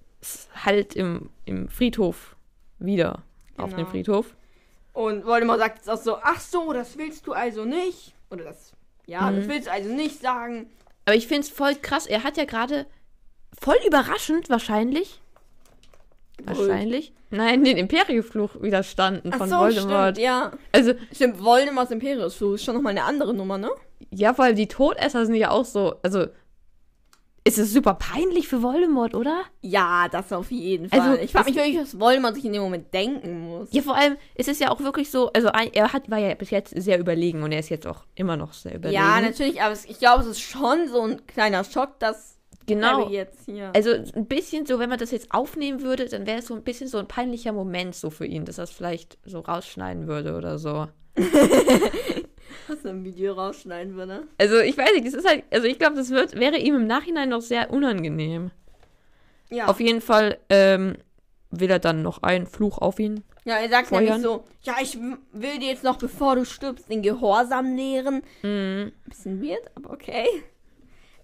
Speaker 1: halt im, im Friedhof wieder. Auf
Speaker 2: Genau.
Speaker 1: dem Friedhof.
Speaker 2: Und Voldemort sagt jetzt auch so, ach so, das willst du also nicht. Oder das, ja, das willst du also nicht sagen.
Speaker 1: Aber ich finde es voll krass. Er hat ja gerade voll überraschend wahrscheinlich. Wahrscheinlich. Nein, den Imperiumfluch widerstanden
Speaker 2: Ach
Speaker 1: von
Speaker 2: so,
Speaker 1: Voldemort.
Speaker 2: stimmt, ja.
Speaker 1: Also,
Speaker 2: Stimmt, Voldemorts Imperius-Fluch ist schon nochmal eine andere Nummer, ne?
Speaker 1: ja, vor allem die Todesser sind ja auch so. Also, Es ist super peinlich für Voldemort, oder?
Speaker 2: Ja, das auf jeden Fall.
Speaker 1: Also,
Speaker 2: Also, ich frage mich
Speaker 1: das-
Speaker 2: wirklich, was Voldemort sich in dem Moment denken muss.
Speaker 1: Ja, vor allem, es ist ja auch wirklich so, also ein- er hat, war ja bis jetzt sehr überlegen und er ist jetzt auch immer noch sehr überlegen.
Speaker 2: Ja, natürlich, aber es, ich glaube, es ist schon so ein kleiner Schock, dass
Speaker 1: genau.
Speaker 2: Harry jetzt hier.
Speaker 1: Also ein bisschen so, wenn man das jetzt aufnehmen würde, dann wäre es so ein bisschen so ein peinlicher Moment so für ihn, dass er es vielleicht so rausschneiden würde oder so.
Speaker 2: aus einem Video rausschneiden würde.
Speaker 1: Also ich weiß nicht, das ist halt, also ich glaube, das wird, wäre ihm im Nachhinein noch sehr unangenehm.
Speaker 2: Ja.
Speaker 1: Auf jeden Fall ähm, will er dann noch einen Fluch auf ihn.
Speaker 2: ja, er sagt
Speaker 1: Feuern.
Speaker 2: nämlich so, ja, ich w- will dir jetzt noch, bevor du stirbst, den Gehorsam lehren.
Speaker 1: Mhm.
Speaker 2: Bisschen weird, aber okay.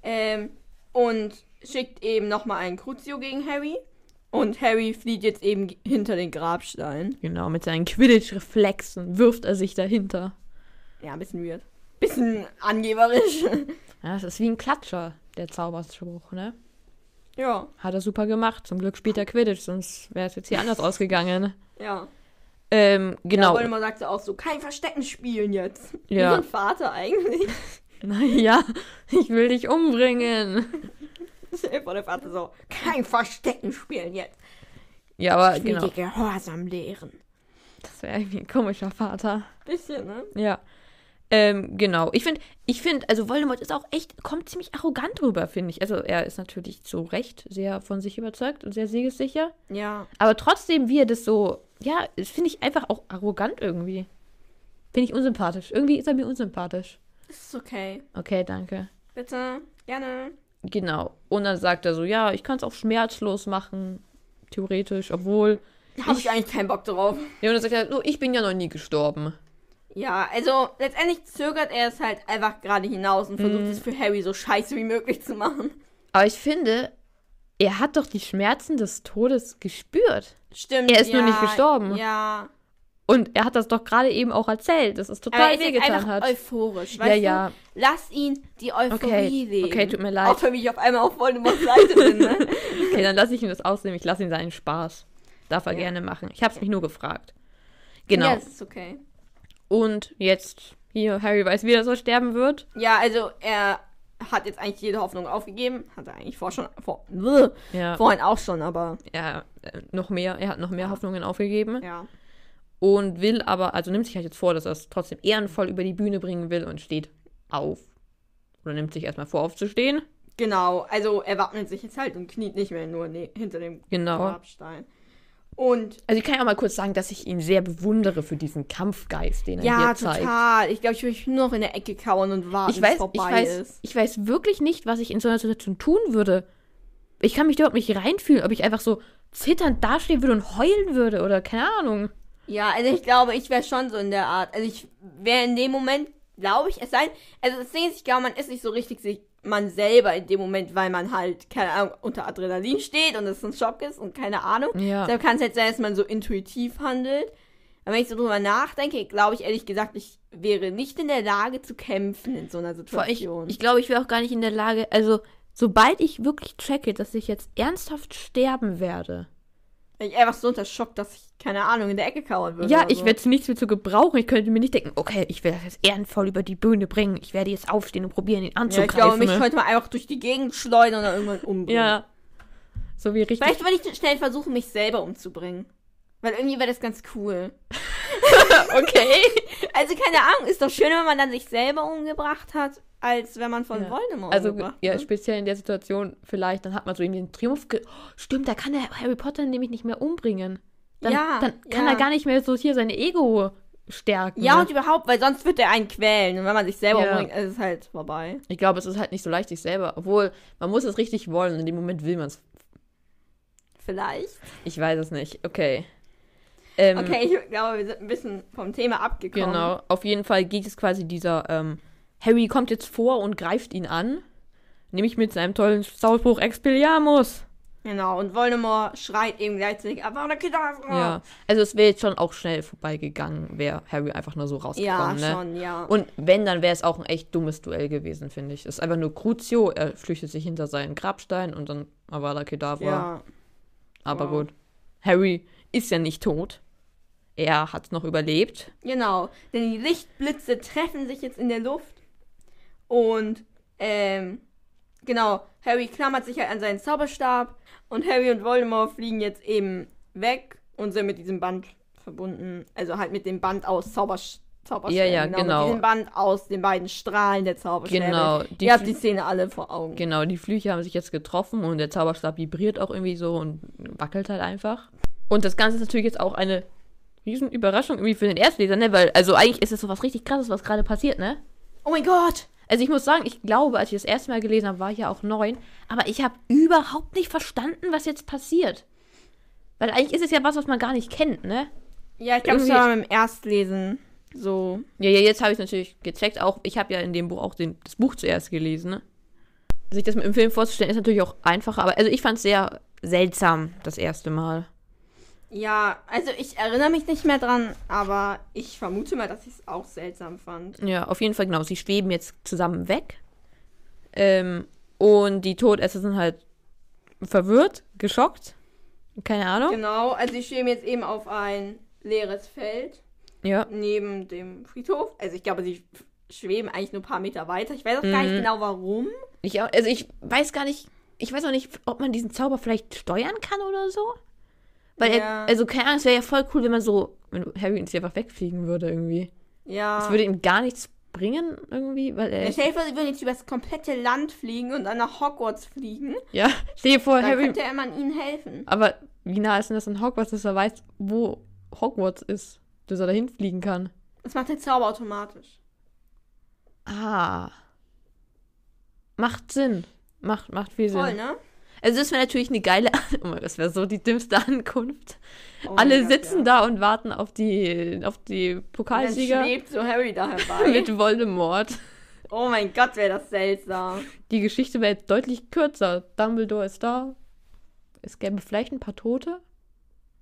Speaker 2: Ähm, und schickt eben nochmal einen Crucio gegen Harry. Und Harry flieht jetzt eben g- hinter den Grabstein.
Speaker 1: Genau, mit seinen Quidditch-Reflexen wirft er sich dahinter.
Speaker 2: Ja, ein bisschen weird. Bisschen angeberisch.
Speaker 1: Ja, das ist wie ein Klatscher, der Zauberspruch, ne?
Speaker 2: ja,
Speaker 1: Hat er super gemacht. Zum Glück spielt er Quidditch, sonst wäre es jetzt hier anders ausgegangen.
Speaker 2: ja.
Speaker 1: Ähm,
Speaker 2: Genau.
Speaker 1: genau.
Speaker 2: Ja, Voldemort sagt ja auch so, kein Verstecken spielen jetzt. Wie
Speaker 1: Ja.
Speaker 2: so ein Vater eigentlich.
Speaker 1: Naja, ich will dich umbringen.
Speaker 2: Stell dir vor, der Vater so, kein Verstecken spielen jetzt.
Speaker 1: Ja, aber
Speaker 2: Ich will
Speaker 1: genau.
Speaker 2: dir Gehorsam lehren.
Speaker 1: Das wäre irgendwie ein komischer Vater.
Speaker 2: Bisschen, ne?
Speaker 1: Ja. Ähm, genau. Ich finde, ich finde, also Voldemort ist auch echt, kommt ziemlich arrogant rüber, finde ich. Also er ist natürlich zu Recht sehr von sich überzeugt und sehr siegessicher.
Speaker 2: Ja.
Speaker 1: Aber trotzdem, wie er das so, ja, das finde ich einfach auch arrogant irgendwie. Finde ich unsympathisch. Irgendwie ist er mir unsympathisch.
Speaker 2: Ist okay.
Speaker 1: Okay, danke.
Speaker 2: Bitte. Gerne.
Speaker 1: Genau. Und dann sagt er so, ja, ich kann es auch schmerzlos machen, theoretisch, obwohl.
Speaker 2: Habe ich eigentlich keinen Bock drauf.
Speaker 1: Ja, und dann sagt er, so, ich bin ja noch nie gestorben.
Speaker 2: Ja, also letztendlich zögert er es halt einfach gerade hinaus und versucht
Speaker 1: Mhm.
Speaker 2: es für Harry so scheiße wie möglich zu machen.
Speaker 1: Aber ich finde, er hat doch die Schmerzen des Todes gespürt.
Speaker 2: Stimmt.
Speaker 1: Er ist
Speaker 2: ja,
Speaker 1: nur nicht gestorben.
Speaker 2: Ja.
Speaker 1: Und er hat das doch gerade eben auch erzählt, dass es
Speaker 2: Aber er
Speaker 1: total
Speaker 2: ist jetzt
Speaker 1: wehgetan
Speaker 2: einfach
Speaker 1: hat.
Speaker 2: euphorisch.
Speaker 1: Ja,
Speaker 2: Weißt
Speaker 1: ja.
Speaker 2: Du? Lass ihn die Euphorie
Speaker 1: Okay,
Speaker 2: sehen.
Speaker 1: okay, tut mir leid.
Speaker 2: Auch wenn ich auf einmal auf Voldemorts Seite bin, ne?
Speaker 1: Okay, dann lasse ich ihm das ausnehmen. Ich lasse ihm seinen Spaß. Darf er
Speaker 2: Ja.
Speaker 1: gerne machen. Ich habe es mich nur gefragt. Genau.
Speaker 2: Ja, das ist okay.
Speaker 1: Und jetzt, hier, Harry weiß, wie er so sterben wird.
Speaker 2: Ja, also er hat jetzt eigentlich jede Hoffnung aufgegeben. Hat er eigentlich vor schon, vor, Bläh.
Speaker 1: Ja,
Speaker 2: vorhin auch schon, aber
Speaker 1: ja äh, noch mehr. Er hat noch mehr Hoffnungen aufgegeben.
Speaker 2: ja.
Speaker 1: und will aber, also nimmt sich halt jetzt vor, dass er es trotzdem ehrenvoll über die Bühne bringen will und steht auf. Oder nimmt sich erstmal vor, aufzustehen.
Speaker 2: Genau, also er wappnet sich jetzt halt und kniet nicht mehr nur ne hinter dem
Speaker 1: Genau.
Speaker 2: Grabstein. Und
Speaker 1: Also ich kann ja auch mal kurz sagen, dass ich ihn sehr bewundere für diesen Kampfgeist, den er
Speaker 2: ja,
Speaker 1: hier zeigt.
Speaker 2: total. Ich glaube, ich würde mich nur noch in der Ecke kauern und warten,
Speaker 1: Ich
Speaker 2: bis
Speaker 1: weiß,
Speaker 2: es
Speaker 1: ich
Speaker 2: vorbei
Speaker 1: weiß,
Speaker 2: ist.
Speaker 1: ich weiß wirklich nicht, was ich in so einer Situation tun würde. Ich kann mich dort nicht reinfühlen, ob ich einfach so zitternd dastehen würde und heulen würde oder keine Ahnung.
Speaker 2: Ja, also ich glaube, ich wäre schon so in der Art. Also ich wäre in dem Moment, glaube ich, es sein. Also das Ding ist, ich glaube, man ist nicht so richtig sich man selber in dem Moment, weil man halt, keine Ahnung, unter Adrenalin steht und es ein Schock ist und keine Ahnung.
Speaker 1: Ja.
Speaker 2: Deshalb kann es halt sein, dass man so intuitiv handelt. Aber wenn ich so drüber nachdenke, glaube ich ehrlich gesagt, ich wäre nicht in der Lage zu kämpfen in so einer
Speaker 1: Vor ich,
Speaker 2: Situation.
Speaker 1: ich glaube, ich wäre auch gar nicht in der Lage, also sobald ich wirklich checke, dass ich jetzt ernsthaft sterben werde,
Speaker 2: Wenn ich einfach so unter Schock, dass ich, keine Ahnung, in der Ecke kauern würde.
Speaker 1: Ja,
Speaker 2: oder
Speaker 1: ich
Speaker 2: so.
Speaker 1: werde es nichts mehr zu gebrauchen. Ich könnte mir nicht denken, okay, ich werde das jetzt ehrenvoll über die Bühne bringen. Ich werde jetzt aufstehen und probieren, ihn
Speaker 2: Ja, ich
Speaker 1: anzugreifen.
Speaker 2: glaube, mich könnte man einfach durch die Gegend schleudern und dann irgendwann umbringen.
Speaker 1: ne? ja. So wie richtig.
Speaker 2: Vielleicht würde ich schnell versuchen, mich selber umzubringen. Weil irgendwie wäre das ganz cool.
Speaker 1: okay.
Speaker 2: Also, keine Ahnung, ist doch schön, wenn man dann sich selber umgebracht hat, als wenn man von
Speaker 1: Ja.
Speaker 2: Voldemort
Speaker 1: Also,
Speaker 2: umgebracht
Speaker 1: ja,
Speaker 2: wird.
Speaker 1: speziell in der Situation vielleicht, dann hat man so irgendwie den Triumph. Ge oh, stimmt, da kann der Harry Potter nämlich nicht mehr umbringen. Dann,
Speaker 2: Ja,
Speaker 1: dann kann
Speaker 2: ja.
Speaker 1: er gar nicht mehr so hier sein Ego stärken. ne?
Speaker 2: Ja, und überhaupt, weil sonst wird er einen quälen. Und wenn man sich selber
Speaker 1: Ja.
Speaker 2: umbringt, ist es halt vorbei.
Speaker 1: Ich glaube, es ist halt nicht so leicht, sich selber. Obwohl, man muss es richtig wollen. In dem Moment will man es.
Speaker 2: Vielleicht.
Speaker 1: Ich weiß es nicht. Okay. Ähm,
Speaker 2: Hm. Okay, ich glaube, wir sind ein bisschen vom Thema abgekommen.
Speaker 1: Genau, auf jeden Fall geht es quasi dieser, ähm, Harry kommt jetzt vor und greift ihn an. Nämlich mit seinem tollen Zauberspruch Expelliarmus.
Speaker 2: Genau, und Voldemort schreit eben gleichzeitig, aber eine Kedavra!
Speaker 1: Ja. Also es wäre jetzt schon auch schnell vorbeigegangen, wäre Harry einfach nur so
Speaker 2: ja
Speaker 1: rausgekommen, ne?
Speaker 2: schon, ja.
Speaker 1: Und wenn, dann wäre es auch ein echt dummes Duell gewesen, finde ich. Es ist einfach nur Crucio, er flüchtet sich hinter seinen Grabstein und dann Avada Kedavra.
Speaker 2: ja.
Speaker 1: Aber
Speaker 2: wow.
Speaker 1: gut. Harry ist ja nicht tot. Er hat noch überlebt.
Speaker 2: Genau, denn die Lichtblitze treffen sich jetzt in der Luft und ähm, genau, Harry klammert sich halt an seinen Zauberstab und Harry und Voldemort fliegen jetzt eben weg und sind mit diesem Band verbunden. Also halt mit dem Band aus Zauberst Zauberstäben.
Speaker 1: Ja, ja, genau.
Speaker 2: Mit diesem Band aus den beiden Strahlen der Zauberstäbe.
Speaker 1: Genau, die
Speaker 2: Ihr habt
Speaker 1: Fl-
Speaker 2: die Szene alle vor Augen.
Speaker 1: Genau, die Flüche haben sich jetzt getroffen und der Zauberstab vibriert auch irgendwie so und wackelt halt einfach. Und das Ganze ist natürlich jetzt auch eine riesen Überraschung irgendwie für den Erstleser, ne? Weil, also eigentlich ist es so was richtig krasses, was gerade passiert, ne?
Speaker 2: Oh mein Gott!
Speaker 1: Also ich muss sagen, ich glaube, als ich das erste Mal gelesen habe, war ich ja auch neun, aber ich habe überhaupt nicht verstanden, was jetzt passiert. Weil eigentlich ist es ja was, was man gar nicht kennt, ne?
Speaker 2: Ja, ich glaube, es
Speaker 1: Irgendwie-
Speaker 2: war beim Erstlesen so.
Speaker 1: Ja, ja, jetzt habe ich es natürlich gecheckt. Auch ich habe ja in dem Buch auch den, das Buch zuerst gelesen. Ne? Sich das im Film vorzustellen ist natürlich auch einfacher, aber also ich fand es sehr seltsam das erste Mal.
Speaker 2: Ja, also ich erinnere mich nicht mehr dran, aber ich vermute mal, dass ich es auch seltsam fand.
Speaker 1: Ja, auf jeden Fall genau. Sie schweben jetzt zusammen weg ähm, und die Todesser sind halt verwirrt, geschockt, keine Ahnung.
Speaker 2: Genau, also ich schweben jetzt eben auf ein leeres Feld
Speaker 1: Ja,
Speaker 2: neben dem Friedhof. Also ich glaube, sie f- schweben eigentlich nur ein paar Meter weiter. Ich weiß auch gar nicht
Speaker 1: Mhm.
Speaker 2: genau warum.
Speaker 1: ich auch, also ich weiß gar nicht, ich weiß auch nicht, ob man diesen Zauber vielleicht steuern kann oder so. Weil
Speaker 2: Ja.
Speaker 1: er, also keine Ahnung, es wäre ja voll cool, wenn man so, wenn Harry jetzt einfach wegfliegen würde irgendwie.
Speaker 2: Ja.
Speaker 1: Es würde ihm gar nichts bringen, irgendwie, weil
Speaker 2: Ja,
Speaker 1: er.
Speaker 2: Stell dir vor, sie würden jetzt über das komplette Land fliegen und dann nach Hogwarts fliegen.
Speaker 1: Ja, stell dir vor,
Speaker 2: Dann
Speaker 1: Harry.
Speaker 2: könnte man ihnen helfen.
Speaker 1: Aber wie nah ist denn das an Hogwarts, dass er weiß, wo Hogwarts ist, dass er dahin fliegen kann?
Speaker 2: Das macht der Zauber automatisch.
Speaker 1: Ah. Macht Sinn. Macht, macht viel Sinn.
Speaker 2: Toll, ne?
Speaker 1: Also, das wäre natürlich eine geile. Oh mein Gott, das wäre so die dümmste Ankunft.
Speaker 2: Oh
Speaker 1: Alle
Speaker 2: mein Gott,
Speaker 1: sitzen da und warten auf die, auf die
Speaker 2: ja. Dann
Speaker 1: Pokalsieger
Speaker 2: schwebt so Harry da herbei.
Speaker 1: mit Voldemort.
Speaker 2: oh mein Gott, wäre das seltsam.
Speaker 1: Die Geschichte wäre jetzt deutlich kürzer. Dumbledore ist da. Es gäbe vielleicht ein paar Tote,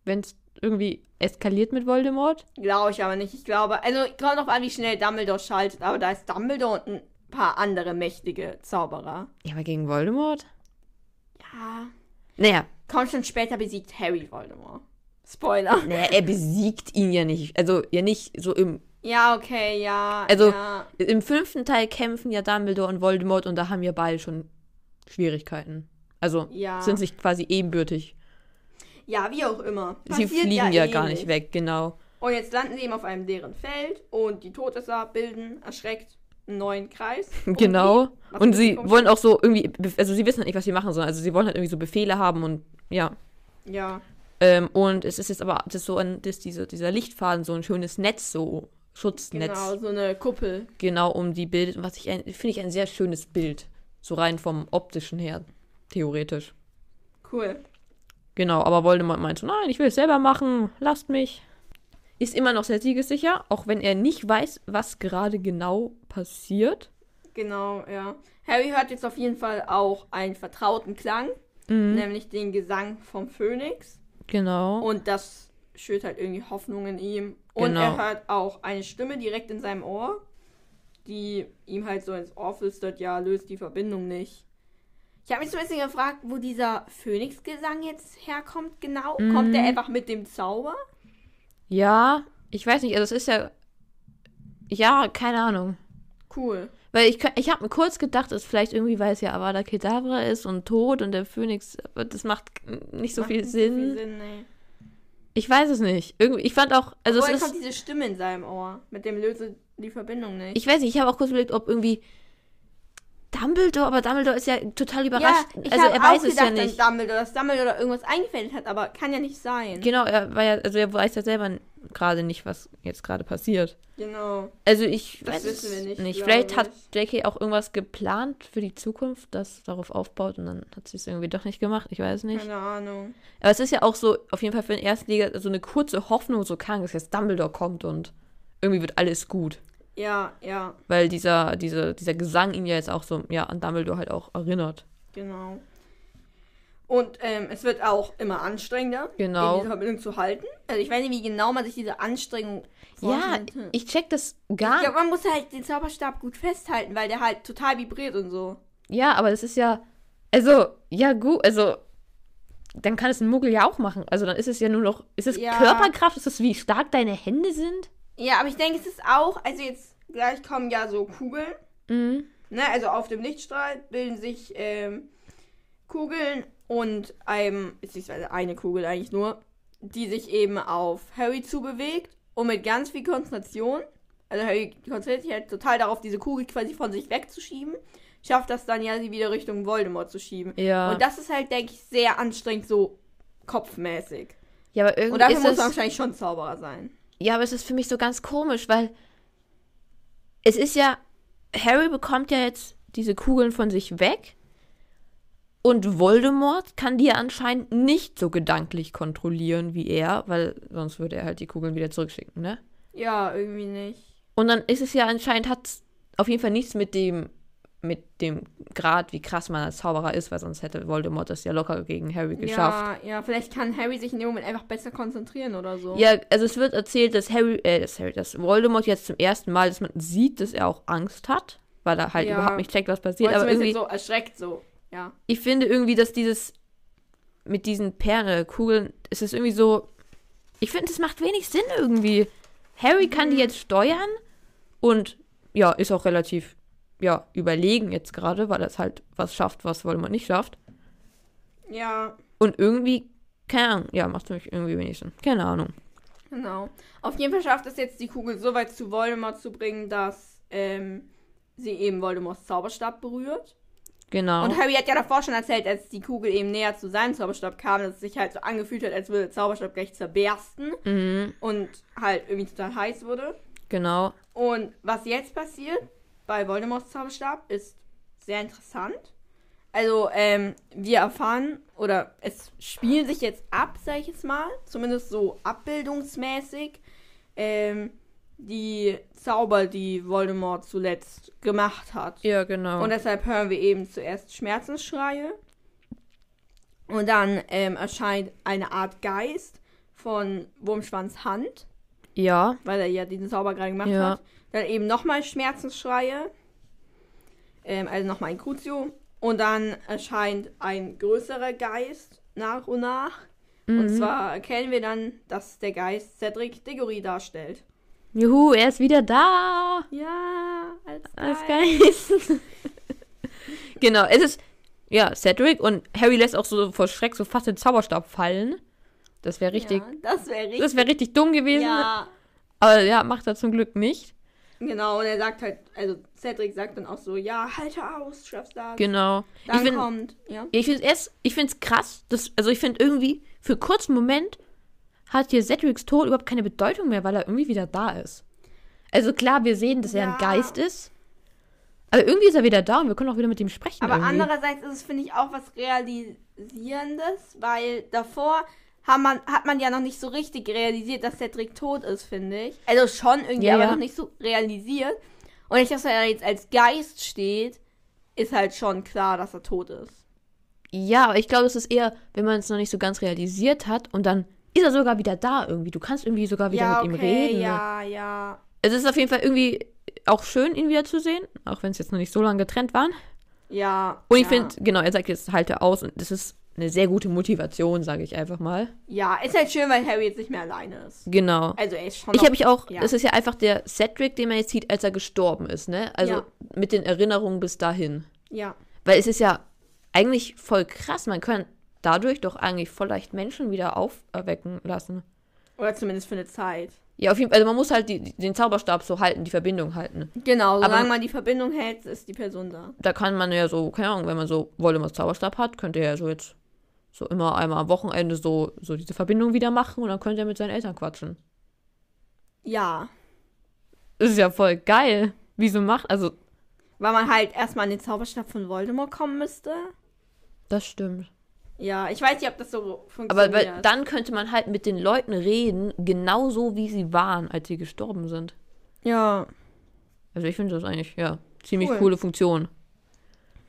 Speaker 1: wenn es irgendwie eskaliert mit Voldemort.
Speaker 2: Glaube ich aber nicht. Ich glaube, also kommt drauf an, wie schnell Dumbledore schaltet, aber da ist Dumbledore und ein paar andere mächtige Zauberer.
Speaker 1: Ja, aber gegen Voldemort?
Speaker 2: Ja.
Speaker 1: Naja,
Speaker 2: Kommt schon später besiegt Harry Voldemort. Spoiler.
Speaker 1: naja, er besiegt ihn ja nicht. Also ja nicht so im.
Speaker 2: Ja, okay, ja.
Speaker 1: Also-
Speaker 2: ja.
Speaker 1: Im fünften Teil kämpfen ja Dumbledore und Voldemort und da haben ja beide schon Schwierigkeiten. Also
Speaker 2: Ja.
Speaker 1: sind sich quasi ebenbürtig.
Speaker 2: ja, wie auch immer.
Speaker 1: Sie
Speaker 2: Passiert eh
Speaker 1: fliegen ja, gar
Speaker 2: ähnlich.
Speaker 1: nicht weg, genau.
Speaker 2: Und jetzt landen sie eben auf einem leeren Feld und die Todesser bilden erschreckt einen neuen Kreis. um
Speaker 1: Genau.
Speaker 2: die. Was ein
Speaker 1: Und
Speaker 2: bisschen
Speaker 1: sie
Speaker 2: komisch
Speaker 1: wollen auch so irgendwie, also sie wissen halt nicht, was sie machen sollen. Also sie wollen halt irgendwie so Befehle haben und ja.
Speaker 2: ist. Ja.
Speaker 1: Ähm, und es ist jetzt aber das ist so ein, das, diese, dieser Lichtfaden, so ein schönes Netz, so Schutznetz,
Speaker 2: Genau,
Speaker 1: genau,
Speaker 2: so eine Kuppel.
Speaker 1: um die bildet. Und was ich ein- finde ich ein sehr schönes Bild. So rein vom optischen her, theoretisch.
Speaker 2: Cool.
Speaker 1: Genau, aber Voldemort meint so, nein, ich will es selber machen, lasst mich. Ist immer noch sehr siegessicher, auch wenn er nicht weiß, was gerade genau passiert.
Speaker 2: Genau, ja. Harry hört jetzt auf jeden Fall auch einen vertrauten Klang,
Speaker 1: Mhm.
Speaker 2: nämlich den Gesang vom Phönix.
Speaker 1: Genau.
Speaker 2: Und das schürt halt irgendwie Hoffnung in ihm. Und
Speaker 1: Genau.
Speaker 2: er hört auch eine Stimme direkt in seinem Ohr, die ihm halt so ins Ohr flüstert, ja, löst die Verbindung nicht. Ich habe mich so ein bisschen gefragt, wo dieser Phönixgesang jetzt herkommt genau.
Speaker 1: Mhm.
Speaker 2: Kommt der einfach mit dem Zauber?
Speaker 1: ja, ich weiß nicht, also es ist ja. Ja, keine Ahnung.
Speaker 2: Cool.
Speaker 1: Weil ich, kö- ich habe mir kurz gedacht, ist vielleicht irgendwie, weil es ja Avada Kedavra ist und tot und der Phönix, aber das macht nicht so
Speaker 2: Macht
Speaker 1: viel
Speaker 2: nicht
Speaker 1: Sinn.
Speaker 2: So viel Sinn nee.
Speaker 1: Ich weiß es nicht. Irgendwie, ich fand auch, also
Speaker 2: Woher
Speaker 1: es
Speaker 2: kommt
Speaker 1: ist,
Speaker 2: diese Stimme in seinem Ohr? Mit dem löse die Verbindung nicht.
Speaker 1: ich weiß nicht, ich habe auch kurz überlegt, ob irgendwie Dumbledore, aber Dumbledore ist ja total überrascht. also
Speaker 2: hab
Speaker 1: er weiß
Speaker 2: auch
Speaker 1: es ja
Speaker 2: gedacht,
Speaker 1: nicht.
Speaker 2: Dass Dumbledore, dass Dumbledore irgendwas eingefädelt hat, aber kann ja nicht sein.
Speaker 1: Genau, er war ja, also er weiß ja selber gerade nicht, was jetzt gerade passiert.
Speaker 2: genau.
Speaker 1: Also ich
Speaker 2: Das
Speaker 1: weiß es
Speaker 2: wissen wir nicht,
Speaker 1: Vielleicht
Speaker 2: glaube
Speaker 1: hat Jackie auch irgendwas geplant für die Zukunft, das darauf aufbaut und dann hat sie es irgendwie doch nicht gemacht. Ich weiß nicht.
Speaker 2: Keine Ahnung.
Speaker 1: Aber es ist ja auch so, auf jeden Fall für den Erstliga, so eine kurze Hoffnung, so krank, dass jetzt Dumbledore kommt und irgendwie wird alles gut.
Speaker 2: Ja, ja,
Speaker 1: Weil dieser, diese, dieser Gesang ihn ja jetzt auch so, ja, an Dumbledore halt auch erinnert.
Speaker 2: genau. Und ähm, es wird auch immer anstrengender,
Speaker 1: Genau.
Speaker 2: eben diese Verbindung zu halten. Also ich weiß nicht, wie genau man sich diese Anstrengung
Speaker 1: Ja,
Speaker 2: vorstellt. ich
Speaker 1: ich check das gar
Speaker 2: glaube, man muss halt den Zauberstab gut festhalten, weil der halt total vibriert und so.
Speaker 1: Ja, aber das ist ja. Also, ja, gut, also. Dann kann es ein Muggel ja auch machen. Also, dann ist es ja nur noch. Ist es
Speaker 2: Ja.
Speaker 1: Körperkraft? Ist es, wie stark deine Hände sind?
Speaker 2: Ja, aber ich denke, es ist auch, also jetzt gleich kommen ja so Kugeln
Speaker 1: Mhm.
Speaker 2: Ne, also auf dem Lichtstrahl bilden sich ähm, Kugeln und einem, beziehungsweise eine Kugel eigentlich nur, die sich eben auf Harry zubewegt und mit ganz viel Konzentration, also Harry konzentriert sich halt total darauf, diese Kugel quasi von sich wegzuschieben, schafft das dann ja, sie wieder Richtung Voldemort zu schieben.
Speaker 1: Ja.
Speaker 2: Und das ist halt, denke ich, sehr anstrengend, so kopfmäßig.
Speaker 1: ja, aber
Speaker 2: Und
Speaker 1: irgendwie
Speaker 2: dafür
Speaker 1: ist
Speaker 2: muss
Speaker 1: es,
Speaker 2: man wahrscheinlich schon Zauberer sein.
Speaker 1: ja, aber es ist für mich so ganz komisch, weil es ist ja, Harry bekommt ja jetzt diese Kugeln von sich weg und Voldemort kann die ja anscheinend nicht so gedanklich kontrollieren wie er, weil sonst würde er halt die Kugeln wieder zurückschicken, ne?
Speaker 2: Ja, irgendwie nicht.
Speaker 1: Und dann ist es ja anscheinend, hat auf jeden Fall nichts mit dem, mit dem Grad, wie krass man als Zauberer ist, weil sonst hätte Voldemort das ja locker gegen Harry geschafft.
Speaker 2: Ja, ja, vielleicht kann Harry sich in dem Moment einfach besser konzentrieren oder so.
Speaker 1: Ja, also es wird erzählt, dass Harry, äh, dass Harry, dass Voldemort jetzt zum ersten Mal, dass man sieht, dass er auch Angst hat, weil er halt
Speaker 2: Ja.
Speaker 1: überhaupt nicht checkt, was passiert.
Speaker 2: Oder
Speaker 1: Aber
Speaker 2: zumindest
Speaker 1: irgendwie,
Speaker 2: so erschreckt so. Ja.
Speaker 1: ich finde irgendwie, dass dieses mit diesen Perlekugeln, es ist irgendwie so, ich finde, es macht wenig Sinn irgendwie. Harry kann die
Speaker 2: Mhm.
Speaker 1: jetzt steuern und ja, ist auch relativ ja, überlegen jetzt gerade, weil er es halt was schafft, was Voldemort nicht schafft.
Speaker 2: Ja,
Speaker 1: Und irgendwie, keine Ahnung, ja, macht für mich irgendwie wenig Sinn. Keine Ahnung.
Speaker 2: genau. Auf jeden Fall schafft es jetzt, die Kugel so weit zu Voldemort zu bringen, dass ähm, sie eben Voldemorts Zauberstab berührt.
Speaker 1: Genau.
Speaker 2: Und Harry hat ja davor schon erzählt, als die Kugel eben näher zu seinem Zauberstab kam, dass es sich halt so angefühlt hat, als würde der Zauberstab gleich zerbersten
Speaker 1: mhm,
Speaker 2: und halt irgendwie total heiß wurde.
Speaker 1: genau.
Speaker 2: Und was jetzt passiert bei Voldemorts Zauberstab ist sehr interessant. Also, ähm, wir erfahren, oder es spielen sich jetzt ab, sag ich jetzt mal, zumindest so abbildungsmäßig, ähm, die Zauber, die Voldemort zuletzt gemacht hat.
Speaker 1: Ja, genau.
Speaker 2: Und deshalb hören wir eben zuerst Schmerzensschreie. Und dann ähm, erscheint eine Art Geist von Wurmschwanz Hand
Speaker 1: ja,
Speaker 2: weil er ja diesen Zauber gerade gemacht
Speaker 1: Ja.
Speaker 2: hat. Dann eben nochmal Schmerzensschreie. Ähm, also nochmal ein Crucio. Und dann erscheint ein größerer Geist nach und nach. Und
Speaker 1: Mhm.
Speaker 2: zwar erkennen wir dann, dass der Geist Cedric Diggory darstellt.
Speaker 1: juhu, er ist wieder da.
Speaker 2: Ja, als
Speaker 1: Alles
Speaker 2: Geist.
Speaker 1: geil. genau, es ist, ja, Cedric und Harry lässt auch so vor Schreck so fast den Zauberstab fallen. Das wäre richtig,
Speaker 2: Ja, das wäre richtig.
Speaker 1: das wäre richtig dumm gewesen.
Speaker 2: ja,
Speaker 1: Aber ja, macht er zum Glück nicht.
Speaker 2: genau. Und er sagt halt, also Cedric sagt dann auch so, ja, halte aus, schaffst das.
Speaker 1: Genau.
Speaker 2: Dann
Speaker 1: ich finde
Speaker 2: kommt, ja.
Speaker 1: ich find's erst, ich find's krass, dass, also ich finde irgendwie, für kurzen Moment hat hier Cedrics Tod überhaupt keine Bedeutung mehr, weil er irgendwie wieder da ist. Also klar, wir sehen, dass er
Speaker 2: Ja.
Speaker 1: ein Geist ist. Aber irgendwie ist er wieder da und wir können auch wieder mit ihm sprechen.
Speaker 2: Aber
Speaker 1: irgendwie.
Speaker 2: andererseits ist es, finde ich, auch was Realisierendes, weil davor hat man, hat man ja noch nicht so richtig realisiert, dass Cedric tot ist, finde ich. Also schon irgendwie,
Speaker 1: Ja,
Speaker 2: aber
Speaker 1: ja.
Speaker 2: noch nicht so realisiert. Und ich, dass er jetzt als Geist steht, ist halt schon klar, dass er tot ist.
Speaker 1: Ja, aber ich glaube, es ist eher, wenn man es noch nicht so ganz realisiert hat und dann ist er sogar wieder da irgendwie. Du kannst irgendwie sogar wieder
Speaker 2: ja,
Speaker 1: mit ihm
Speaker 2: okay,
Speaker 1: reden. ne?
Speaker 2: ja, ja.
Speaker 1: Es ist auf jeden Fall irgendwie auch schön, ihn wieder zu sehen, auch wenn es jetzt noch nicht so lange getrennt waren.
Speaker 2: Ja.
Speaker 1: Und ich
Speaker 2: ja.
Speaker 1: finde, genau, er sagt jetzt, halte aus und das ist eine sehr gute Motivation, sage ich einfach mal.
Speaker 2: Ja, ist halt schön, weil Harry jetzt nicht mehr alleine ist.
Speaker 1: Genau.
Speaker 2: Also er ist schon.
Speaker 1: Ich
Speaker 2: noch-
Speaker 1: habe mich auch,
Speaker 2: ja.
Speaker 1: es ist ja einfach der Cedric, den man jetzt sieht, als er gestorben ist, ne? Also
Speaker 2: Ja.
Speaker 1: mit den Erinnerungen bis dahin.
Speaker 2: Ja.
Speaker 1: Weil es ist ja eigentlich voll krass, man kann dadurch doch eigentlich voll leicht Menschen wieder auferwecken lassen.
Speaker 2: Oder zumindest für eine Zeit.
Speaker 1: Ja, auf jeden Fall. Also man muss halt die, die- den Zauberstab so halten, die Verbindung halten.
Speaker 2: Genau, solange
Speaker 1: Aber-
Speaker 2: man die Verbindung hält, ist die Person da.
Speaker 1: Da kann man ja so, keine Ahnung, wenn man so Voldemorts Zauberstab hat, könnte er ja so jetzt so immer einmal am Wochenende so, so diese Verbindung wieder machen und dann könnte er mit seinen Eltern quatschen.
Speaker 2: Ja.
Speaker 1: Das ist ja voll geil. Wieso macht, also,
Speaker 2: Weil man halt erstmal an den Zauberstab von Voldemort kommen müsste.
Speaker 1: das stimmt.
Speaker 2: Ja, ich weiß nicht, ob das so funktioniert.
Speaker 1: Aber weil, dann könnte man halt mit den Leuten reden, genauso wie sie waren, als sie gestorben sind.
Speaker 2: ja,
Speaker 1: Also ich finde das eigentlich, ja, ziemlich
Speaker 2: Cool.
Speaker 1: coole Funktion.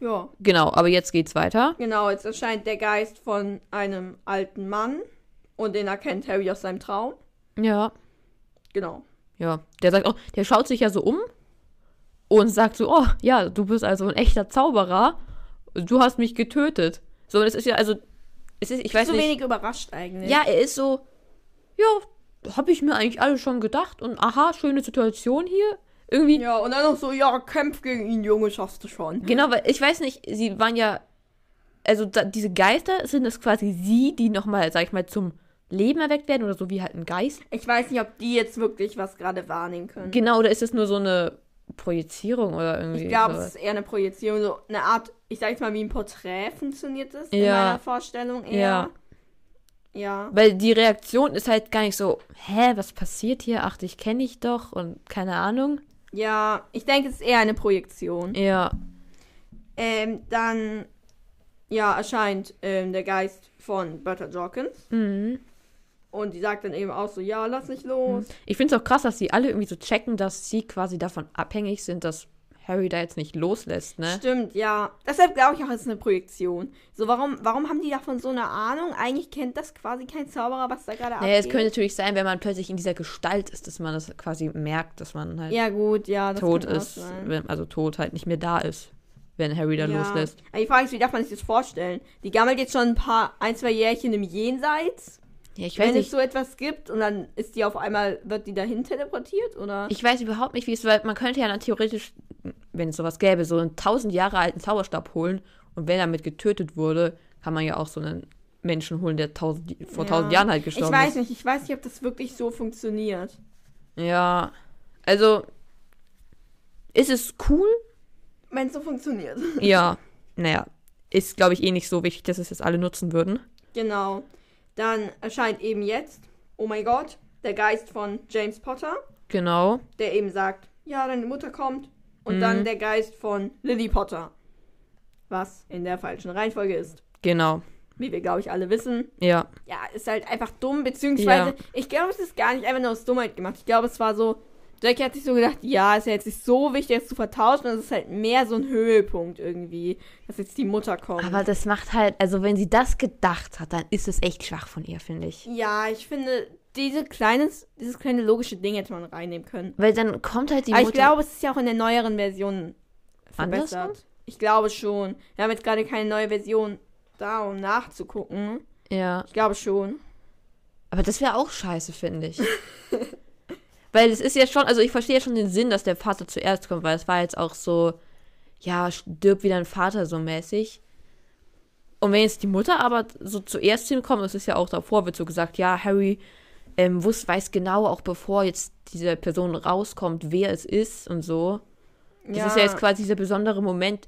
Speaker 2: ja.
Speaker 1: Genau, aber jetzt geht's weiter.
Speaker 2: Genau, jetzt erscheint der Geist von einem alten Mann. Und den erkennt Harry aus seinem Traum.
Speaker 1: Ja.
Speaker 2: Genau.
Speaker 1: Ja, der sagt auch, der schaut sich ja so um und sagt so, oh, ja, du bist also ein echter Zauberer. Du hast mich getötet. So, und es ist ja, also, es ist, ich weiß
Speaker 2: so
Speaker 1: nicht.
Speaker 2: wenig überrascht eigentlich.
Speaker 1: Ja, er ist so, ja, habe ich mir eigentlich alles schon gedacht und aha, schöne Situation hier. Irgendwie,
Speaker 2: Ja, und dann noch so, ja, kämpf gegen ihn, Junge, schaffst du schon.
Speaker 1: genau, weil ich weiß nicht, sie waren ja, also da, diese Geister sind es quasi sie, die nochmal, sag ich mal, zum Leben erweckt werden oder so wie halt ein Geist.
Speaker 2: Ich weiß nicht, ob die jetzt wirklich was gerade wahrnehmen können.
Speaker 1: Genau, oder ist es nur so eine Projizierung oder irgendwie?
Speaker 2: Ich glaube,
Speaker 1: sowas?
Speaker 2: es ist eher eine Projektion, so eine Art, ich sag jetzt mal, wie ein Porträt funktioniert das in
Speaker 1: Ja.
Speaker 2: meiner Vorstellung eher. Ja. Ja.
Speaker 1: Weil die Reaktion ist halt gar nicht so, hä, was passiert hier? Ach, dich kenne ich doch und keine Ahnung.
Speaker 2: Ja, ich denke, es ist eher eine Projektion.
Speaker 1: Ja,
Speaker 2: Ähm, dann, ja, erscheint ähm, der Geist von Bertha Jorkins.
Speaker 1: Mhm.
Speaker 2: Und die sagt dann eben auch so, ja, lass nicht los.
Speaker 1: ich finde es auch krass, dass sie alle irgendwie so checken, dass sie quasi davon abhängig sind, dass Harry da jetzt nicht loslässt, ne?
Speaker 2: Stimmt, ja. Deshalb glaube ich auch, es ist eine Projektion. So, warum, warum haben die davon so eine Ahnung? Eigentlich kennt das quasi kein Zauberer, was da gerade
Speaker 1: Naja, es
Speaker 2: abgeht.
Speaker 1: könnte natürlich sein, wenn man plötzlich in dieser Gestalt ist, dass man das quasi merkt, dass man halt
Speaker 2: ja, gut, ja. Das
Speaker 1: tot
Speaker 2: kann auch
Speaker 1: ist,
Speaker 2: sein.
Speaker 1: wenn, also tot halt nicht mehr da ist, wenn Harry da loslässt.
Speaker 2: Aber die Frage ist, wie darf man sich das vorstellen? Die gammelt jetzt schon ein paar, ein, zwei Jährchen im Jenseits,
Speaker 1: Ja, Also ich weiß
Speaker 2: wenn es
Speaker 1: nicht,
Speaker 2: so etwas gibt und dann ist die auf einmal, wird die dahin teleportiert oder?
Speaker 1: ich weiß überhaupt nicht, wie es, weil man könnte ja dann theoretisch, wenn es sowas gäbe, so einen tausend Jahre alten Zauberstab holen und wenn damit getötet wurde, kann man ja auch so einen Menschen holen, der tausend, vor tausend Jahren halt gestorben
Speaker 2: Ich weiß
Speaker 1: ist.
Speaker 2: nicht, ich weiß nicht, ob das wirklich so funktioniert.
Speaker 1: Ja, also ist es cool?
Speaker 2: Wenn es so funktioniert.
Speaker 1: Ja, naja, ist glaube ich eh nicht so wichtig, dass es jetzt alle nutzen würden.
Speaker 2: genau. Dann erscheint eben jetzt, oh mein Gott, der Geist von James Potter,
Speaker 1: Genau.
Speaker 2: der eben sagt, ja, deine Mutter kommt. Und
Speaker 1: Mhm.
Speaker 2: dann der Geist von Lily Potter. Was in der falschen Reihenfolge ist.
Speaker 1: Genau.
Speaker 2: Wie wir, glaube ich, alle wissen.
Speaker 1: Ja.
Speaker 2: ja, ist halt einfach dumm, beziehungsweise,
Speaker 1: Ja.
Speaker 2: ich glaube, es ist gar nicht einfach nur aus Dummheit gemacht. Ich glaube, es war so, Jackie hat sich so gedacht, ja, ist ja jetzt nicht so wichtig, jetzt zu vertauschen, und es ist halt mehr so ein Höhepunkt irgendwie, dass jetzt die Mutter kommt.
Speaker 1: Aber das macht halt, also wenn sie das gedacht hat, dann ist es echt schwach von ihr, finde ich.
Speaker 2: ja, ich finde, diese kleines, dieses kleine logische Ding hätte man reinnehmen können.
Speaker 1: Weil dann kommt halt die
Speaker 2: Aber
Speaker 1: Mutter.
Speaker 2: ich glaube, es ist ja auch in der neueren Version
Speaker 1: Anders
Speaker 2: verbessert. Ich glaube schon. Wir haben jetzt gerade keine neue Version da, um nachzugucken.
Speaker 1: ja.
Speaker 2: Ich glaube schon.
Speaker 1: Aber das wäre auch scheiße, finde ich. weil es ist ja schon, also ich verstehe ja schon den Sinn, dass der Vater zuerst kommt, weil es war jetzt auch so, ja, stirb wieder ein Vater so mäßig. Und wenn jetzt die Mutter aber so zuerst hinkommt, das ist ja auch davor, wird so gesagt, ja, Harry ähm, wusste, weiß genau, auch bevor jetzt diese Person rauskommt, wer es ist und so. Das ist ja jetzt quasi dieser besondere Moment.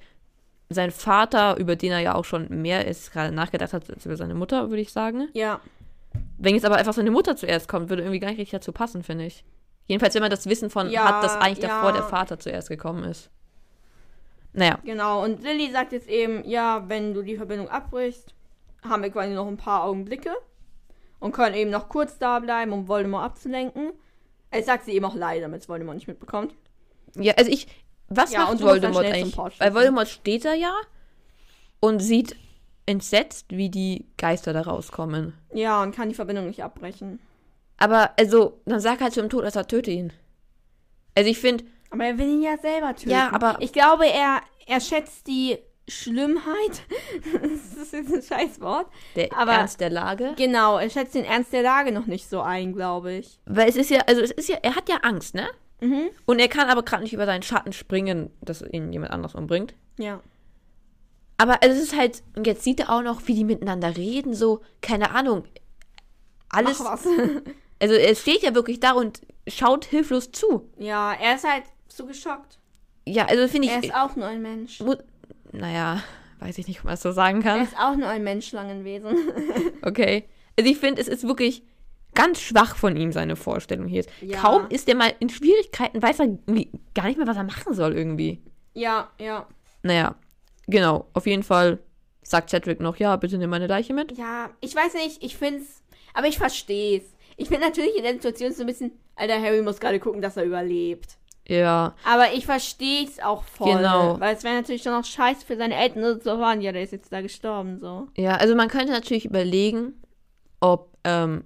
Speaker 1: Sein Vater, über den er ja auch schon mehr ist, gerade nachgedacht hat als über seine Mutter, würde ich sagen.
Speaker 2: Ja.
Speaker 1: Wenn jetzt aber einfach seine Mutter zuerst kommt, würde irgendwie gar nicht richtig dazu passen, finde ich. Jedenfalls, wenn man das Wissen von
Speaker 2: Ja,
Speaker 1: hat, dass eigentlich
Speaker 2: ja.
Speaker 1: davor der Vater zuerst gekommen ist. Naja,
Speaker 2: Genau, und Lilly sagt jetzt eben, ja, wenn du die Verbindung abbrichst, haben wir quasi noch ein paar Augenblicke und können eben noch kurz da bleiben, um Voldemort abzulenken. Es sagt sie eben auch leider, damit es Voldemort nicht mitbekommt.
Speaker 1: ja, also ich, was
Speaker 2: Ja,
Speaker 1: macht
Speaker 2: und du musst dann
Speaker 1: Voldemort
Speaker 2: schnell zum
Speaker 1: eigentlich?
Speaker 2: Portschiff.
Speaker 1: Weil Voldemort steht da ja und sieht entsetzt, wie die Geister da rauskommen.
Speaker 2: Ja, und kann die Verbindung nicht abbrechen.
Speaker 1: Aber, also, dann sag halt zum Tod, dass er töte ihn. Also ich finde,
Speaker 2: Aber er will ihn ja selber töten.
Speaker 1: Ja, aber-
Speaker 2: Ich glaube, er, er schätzt die Schlimmheit. das ist jetzt ein scheiß Wort.
Speaker 1: der
Speaker 2: Aber-
Speaker 1: Ernst der Lage.
Speaker 2: Genau, er schätzt den Ernst der Lage noch nicht so ein, glaube ich.
Speaker 1: Weil es ist ja, also es ist ja, er hat ja Angst, ne?
Speaker 2: Mhm.
Speaker 1: Und er kann aber gerade nicht über seinen Schatten springen, dass ihn jemand anderes umbringt.
Speaker 2: Ja.
Speaker 1: Aber es ist halt, und jetzt sieht er auch noch, wie die miteinander reden, so, keine Ahnung. Alles,
Speaker 2: Ach was.
Speaker 1: also er steht ja wirklich da und schaut hilflos zu.
Speaker 2: ja, er ist halt so geschockt.
Speaker 1: Ja, also finde
Speaker 2: Er
Speaker 1: ich,
Speaker 2: ist auch nur ein Mensch.
Speaker 1: mu- naja, weiß ich nicht, ob man das so sagen
Speaker 2: Er
Speaker 1: kann.
Speaker 2: ist auch nur ein Menschschlangenwesen.
Speaker 1: Okay. Also ich finde, es ist wirklich ganz schwach von ihm, seine Vorstellung hier.
Speaker 2: Ja.
Speaker 1: Kaum ist er mal in Schwierigkeiten, weiß er irgendwie gar nicht mehr, was er machen soll irgendwie.
Speaker 2: ja, ja.
Speaker 1: Naja, genau. Auf jeden Fall sagt Chadwick noch, ja, bitte nimm meine Leiche mit.
Speaker 2: Ja, ich weiß nicht, ich find's. Aber ich versteh's. Ich bin natürlich in der Situation so ein bisschen. Alter, Harry muss gerade gucken, dass er überlebt.
Speaker 1: Ja,
Speaker 2: Aber ich versteh's auch voll.
Speaker 1: Genau.
Speaker 2: Weil es wäre natürlich schon auch scheiße für seine Eltern so zu erfahren, ja, der ist jetzt da gestorben, so.
Speaker 1: ja. Also man könnte natürlich überlegen, ob, ähm,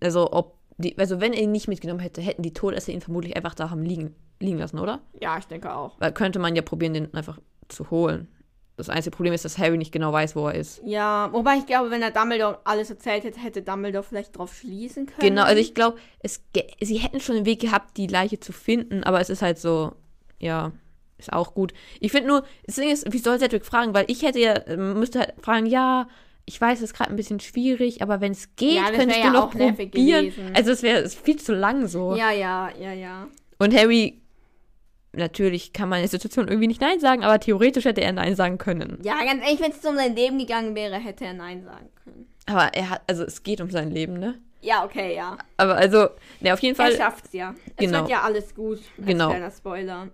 Speaker 1: also ob die, also wenn er ihn nicht mitgenommen hätte, hätten die Todesser ihn vermutlich einfach da haben liegen, liegen lassen, oder?
Speaker 2: Ja, ich denke auch.
Speaker 1: Weil könnte man ja probieren, den einfach zu holen. Das einzige Problem ist, dass Harry nicht genau weiß, wo er ist.
Speaker 2: Ja, wobei ich glaube, wenn er Dumbledore alles erzählt hätte, hätte Dumbledore vielleicht drauf schließen können.
Speaker 1: Genau, also ich glaube, es ge- sie hätten schon einen Weg gehabt, die Leiche zu finden, aber es ist halt so, ja, ist auch gut. Ich finde nur, das Ding ist, wie soll Cedric fragen? Weil ich hätte ja, äh, müsste halt fragen, ja, ich weiß, es ist gerade ein bisschen schwierig, aber wenn es geht,
Speaker 2: Ja, das
Speaker 1: könntest
Speaker 2: wär
Speaker 1: du
Speaker 2: ja
Speaker 1: noch
Speaker 2: auch nervig
Speaker 1: probieren.
Speaker 2: gewesen.
Speaker 1: Also es wäre viel zu lang so.
Speaker 2: Ja, ja, ja, ja.
Speaker 1: Und Harry, natürlich kann man in der Situation irgendwie nicht Nein sagen, aber theoretisch hätte er Nein sagen können.
Speaker 2: Ja, ganz ehrlich, wenn es um sein Leben gegangen wäre, hätte er Nein sagen können.
Speaker 1: Aber er hat, also es geht um sein Leben, ne?
Speaker 2: Ja, okay, ja.
Speaker 1: Aber also, ne, auf jeden
Speaker 2: Er
Speaker 1: Fall,
Speaker 2: schafft's ja. Es
Speaker 1: Genau.
Speaker 2: wird ja alles gut. Als
Speaker 1: Genau.
Speaker 2: Kleiner Spoiler.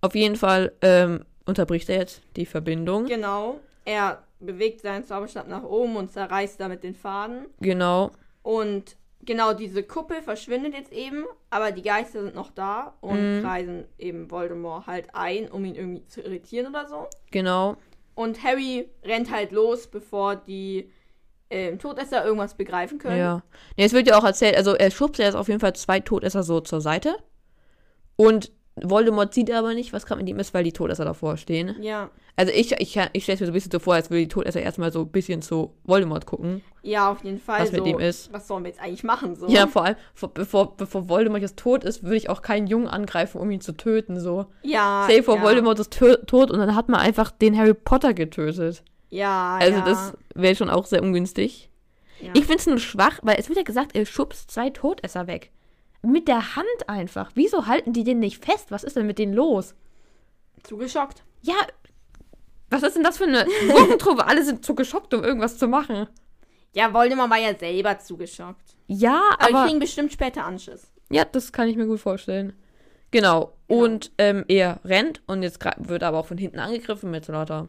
Speaker 1: auf jeden Fall ähm, unterbricht er jetzt die Verbindung.
Speaker 2: Genau. Er bewegt seinen Zauberstab nach oben und zerreißt damit den Faden.
Speaker 1: Genau.
Speaker 2: Und genau diese Kuppel verschwindet jetzt eben, aber die Geister sind noch da
Speaker 1: Mhm.
Speaker 2: und kreisen eben Voldemort halt ein, um ihn irgendwie zu irritieren oder so.
Speaker 1: Genau,
Speaker 2: Und Harry rennt halt los, bevor die ähm, Todesser irgendwas begreifen können.
Speaker 1: ja. Nee, es wird ja auch erzählt, also er schubst ja jetzt auf jeden Fall zwei Todesser so zur Seite. Und Voldemort sieht aber nicht, was gerade mit ihm ist, weil die Todesser davor stehen.
Speaker 2: Ja,
Speaker 1: Also ich, ich, ich stelle es mir so ein bisschen so vor, als würde die Todesser erstmal so ein bisschen zu Voldemort gucken.
Speaker 2: ja auf jeden Fall.
Speaker 1: Was
Speaker 2: so,
Speaker 1: mit ihm ist.
Speaker 2: Was sollen wir jetzt eigentlich machen? So?
Speaker 1: Ja, vor allem, vor, bevor, bevor Voldemort jetzt tot ist, würde ich auch keinen Jungen angreifen, um ihn zu töten. So.
Speaker 2: ja.
Speaker 1: Stell dir vor,
Speaker 2: Ah, ja.
Speaker 1: Voldemort ist tö- tot und dann hat man einfach den Harry Potter getötet.
Speaker 2: Ja,
Speaker 1: Also
Speaker 2: ja,
Speaker 1: das wäre schon auch sehr ungünstig.
Speaker 2: Ja.
Speaker 1: Ich find's nur schwach, weil es wird ja gesagt, er schubst zwei Todesser weg. Mit der Hand einfach. Wieso halten die den nicht fest? Was ist denn mit denen los?
Speaker 2: Zugeschockt.
Speaker 1: Ja, was ist denn das für eine Gurkentruppe? Alle sind zu geschockt, um irgendwas zu machen.
Speaker 2: Ja, Voldemort war ja selber zugeschockt.
Speaker 1: Ja,
Speaker 2: Aber,
Speaker 1: aber...
Speaker 2: die kriegen bestimmt später Anschiss.
Speaker 1: Ja, das kann ich mir gut vorstellen. Genau. Und ähm, er rennt und jetzt gra- wird er aber auch von hinten angegriffen mit so lauter.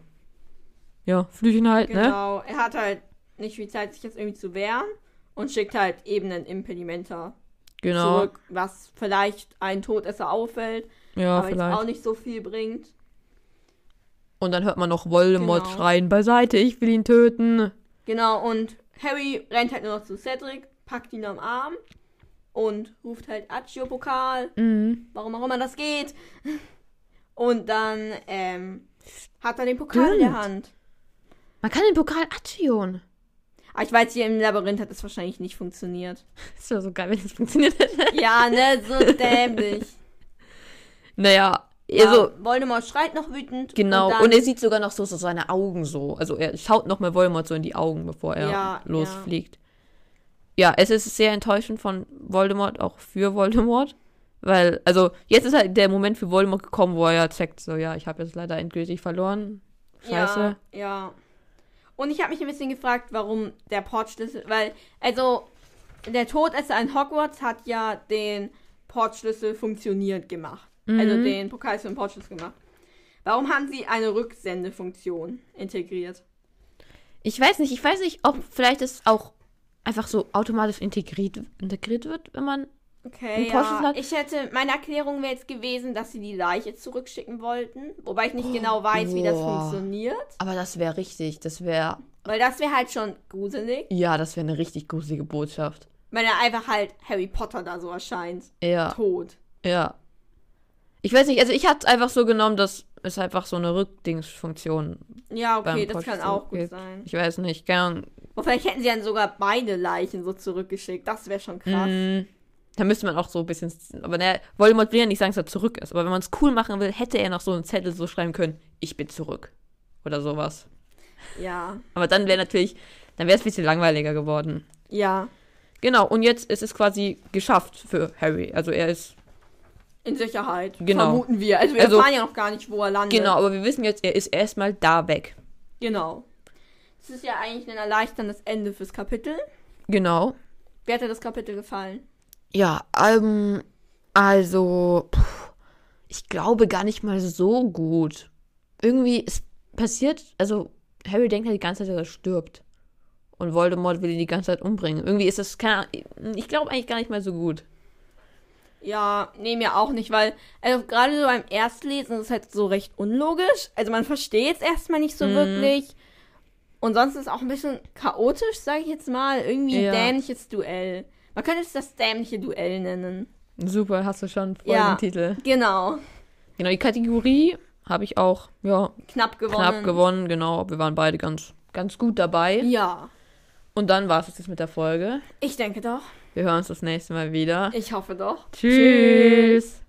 Speaker 1: Ja, Flüchen halt, ne?
Speaker 2: Genau. Er hat halt nicht viel Zeit, sich jetzt irgendwie zu wehren und schickt halt eben einen Impedimenter
Speaker 1: Genau.
Speaker 2: zurück, was vielleicht einen Todesser auffällt,
Speaker 1: Ja,
Speaker 2: aber jetzt auch
Speaker 1: vielleicht.
Speaker 2: nicht so viel bringt.
Speaker 1: Und dann hört man noch Voldemort
Speaker 2: Genau.
Speaker 1: schreien: Beiseite, ich will ihn töten.
Speaker 2: Genau, und Harry rennt halt nur noch zu Cedric, packt ihn am Arm und ruft halt Accio-Pokal,
Speaker 1: Mhm.
Speaker 2: warum auch immer das geht. Und dann ähm, hat er den Pokal in der
Speaker 1: Stimmt.
Speaker 2: Hand.
Speaker 1: Man kann den Pokal Action.
Speaker 2: Aber Ah, ich weiß, hier im Labyrinth hat es wahrscheinlich nicht funktioniert.
Speaker 1: Das wäre so geil, wenn das funktioniert hätte.
Speaker 2: Ja, ne, so dämlich.
Speaker 1: Naja,
Speaker 2: Ja,
Speaker 1: also.
Speaker 2: Voldemort schreit noch wütend.
Speaker 1: Genau, und,
Speaker 2: dann,
Speaker 1: er sieht sogar noch so, so seine Augen so. Also er schaut nochmal Voldemort so in die Augen, bevor er
Speaker 2: Ja,
Speaker 1: losfliegt. Ja. es ist sehr enttäuschend von Voldemort, auch für Voldemort. Weil, also jetzt ist halt der Moment für Voldemort gekommen, wo er ja checkt, so ja, ich habe jetzt leider endgültig verloren. Scheiße.
Speaker 2: Ja, ja. Und ich habe mich ein bisschen gefragt, warum der Portschlüssel, weil, also, der Todesser in Hogwarts hat ja den Portschlüssel funktionierend gemacht. Also
Speaker 1: Mhm.
Speaker 2: den Pokal für den Portschlüssel gemacht. Warum haben sie eine Rücksendefunktion integriert?
Speaker 1: Ich weiß nicht, ich weiß nicht, ob vielleicht es auch einfach so automatisch integriert, integriert wird, wenn man. Ein
Speaker 2: Okay,
Speaker 1: Portschlüssel
Speaker 2: ja.
Speaker 1: hat-
Speaker 2: Ich hätte, meine Erklärung wäre jetzt gewesen, dass sie die Leiche zurückschicken wollten. Wobei ich nicht genau weiß, wie das
Speaker 1: Oh, boah.
Speaker 2: funktioniert.
Speaker 1: Aber das wäre richtig, das wäre.
Speaker 2: Weil das wäre halt schon gruselig.
Speaker 1: Ja, das wäre eine richtig gruselige Botschaft.
Speaker 2: Wenn er einfach halt Harry Potter da so erscheint.
Speaker 1: Ja.
Speaker 2: Tot.
Speaker 1: Ja. Ich weiß nicht, also ich hab's einfach so genommen, dass es einfach so eine Rückdingsfunktion
Speaker 2: Ja, okay,
Speaker 1: beim
Speaker 2: das kann
Speaker 1: Postzug
Speaker 2: auch gut
Speaker 1: gibt.
Speaker 2: sein.
Speaker 1: Ich weiß nicht, keine Ahnung.
Speaker 2: Und vielleicht hätten sie dann sogar beide Leichen so zurückgeschickt. Das wäre schon krass.
Speaker 1: Mm, Da müsste man auch so ein bisschen. Aber ne, Voldemort will ja nicht sagen, dass er zurück ist. Aber wenn man es cool machen will, hätte er noch so einen Zettel so schreiben können: Ich bin zurück. Oder sowas.
Speaker 2: Ja,
Speaker 1: Aber dann wäre natürlich. Dann wäre es ein bisschen langweiliger geworden.
Speaker 2: ja.
Speaker 1: Genau, und jetzt ist es quasi geschafft für Harry. Also er ist.
Speaker 2: Mhm. In Sicherheit.
Speaker 1: Genau.
Speaker 2: Vermuten wir. Also wir
Speaker 1: Also-
Speaker 2: erfahren ja noch gar nicht, wo er landet.
Speaker 1: Genau, aber wir wissen jetzt, er ist erstmal da weg.
Speaker 2: Genau. Das ist ja eigentlich ein erleichterndes Ende fürs Kapitel.
Speaker 1: Genau.
Speaker 2: Wie hat dir das Kapitel gefallen?
Speaker 1: Ja, ähm, also, puh, ich glaube gar nicht mal so gut. Irgendwie, es passiert, also, Harry denkt halt die ganze Zeit, dass er stirbt. Und Voldemort will ihn die ganze Zeit umbringen. Irgendwie ist das, keine Ahnung, ich glaube eigentlich gar nicht mal so gut.
Speaker 2: Ja, nee, mir auch nicht, weil also gerade so beim Erstlesen ist es halt so recht unlogisch. Also man versteht es erstmal nicht so
Speaker 1: Mhm.
Speaker 2: wirklich. Und sonst ist es auch ein bisschen chaotisch, sage ich jetzt mal. Irgendwie
Speaker 1: Ja.
Speaker 2: ein dämliches Duell. Man könnte es das dämliche Duell nennen.
Speaker 1: Super, hast du schon
Speaker 2: Ja.
Speaker 1: Titel.
Speaker 2: Genau.
Speaker 1: Genau, die Kategorie Habe ich auch, ja,
Speaker 2: Knapp gewonnen.
Speaker 1: knapp gewonnen, genau. Wir waren beide ganz, ganz gut dabei.
Speaker 2: Ja,
Speaker 1: Und dann war es das jetzt mit der Folge.
Speaker 2: ich denke doch.
Speaker 1: Wir hören uns das nächste Mal wieder.
Speaker 2: Ich hoffe doch.
Speaker 1: Tschüss.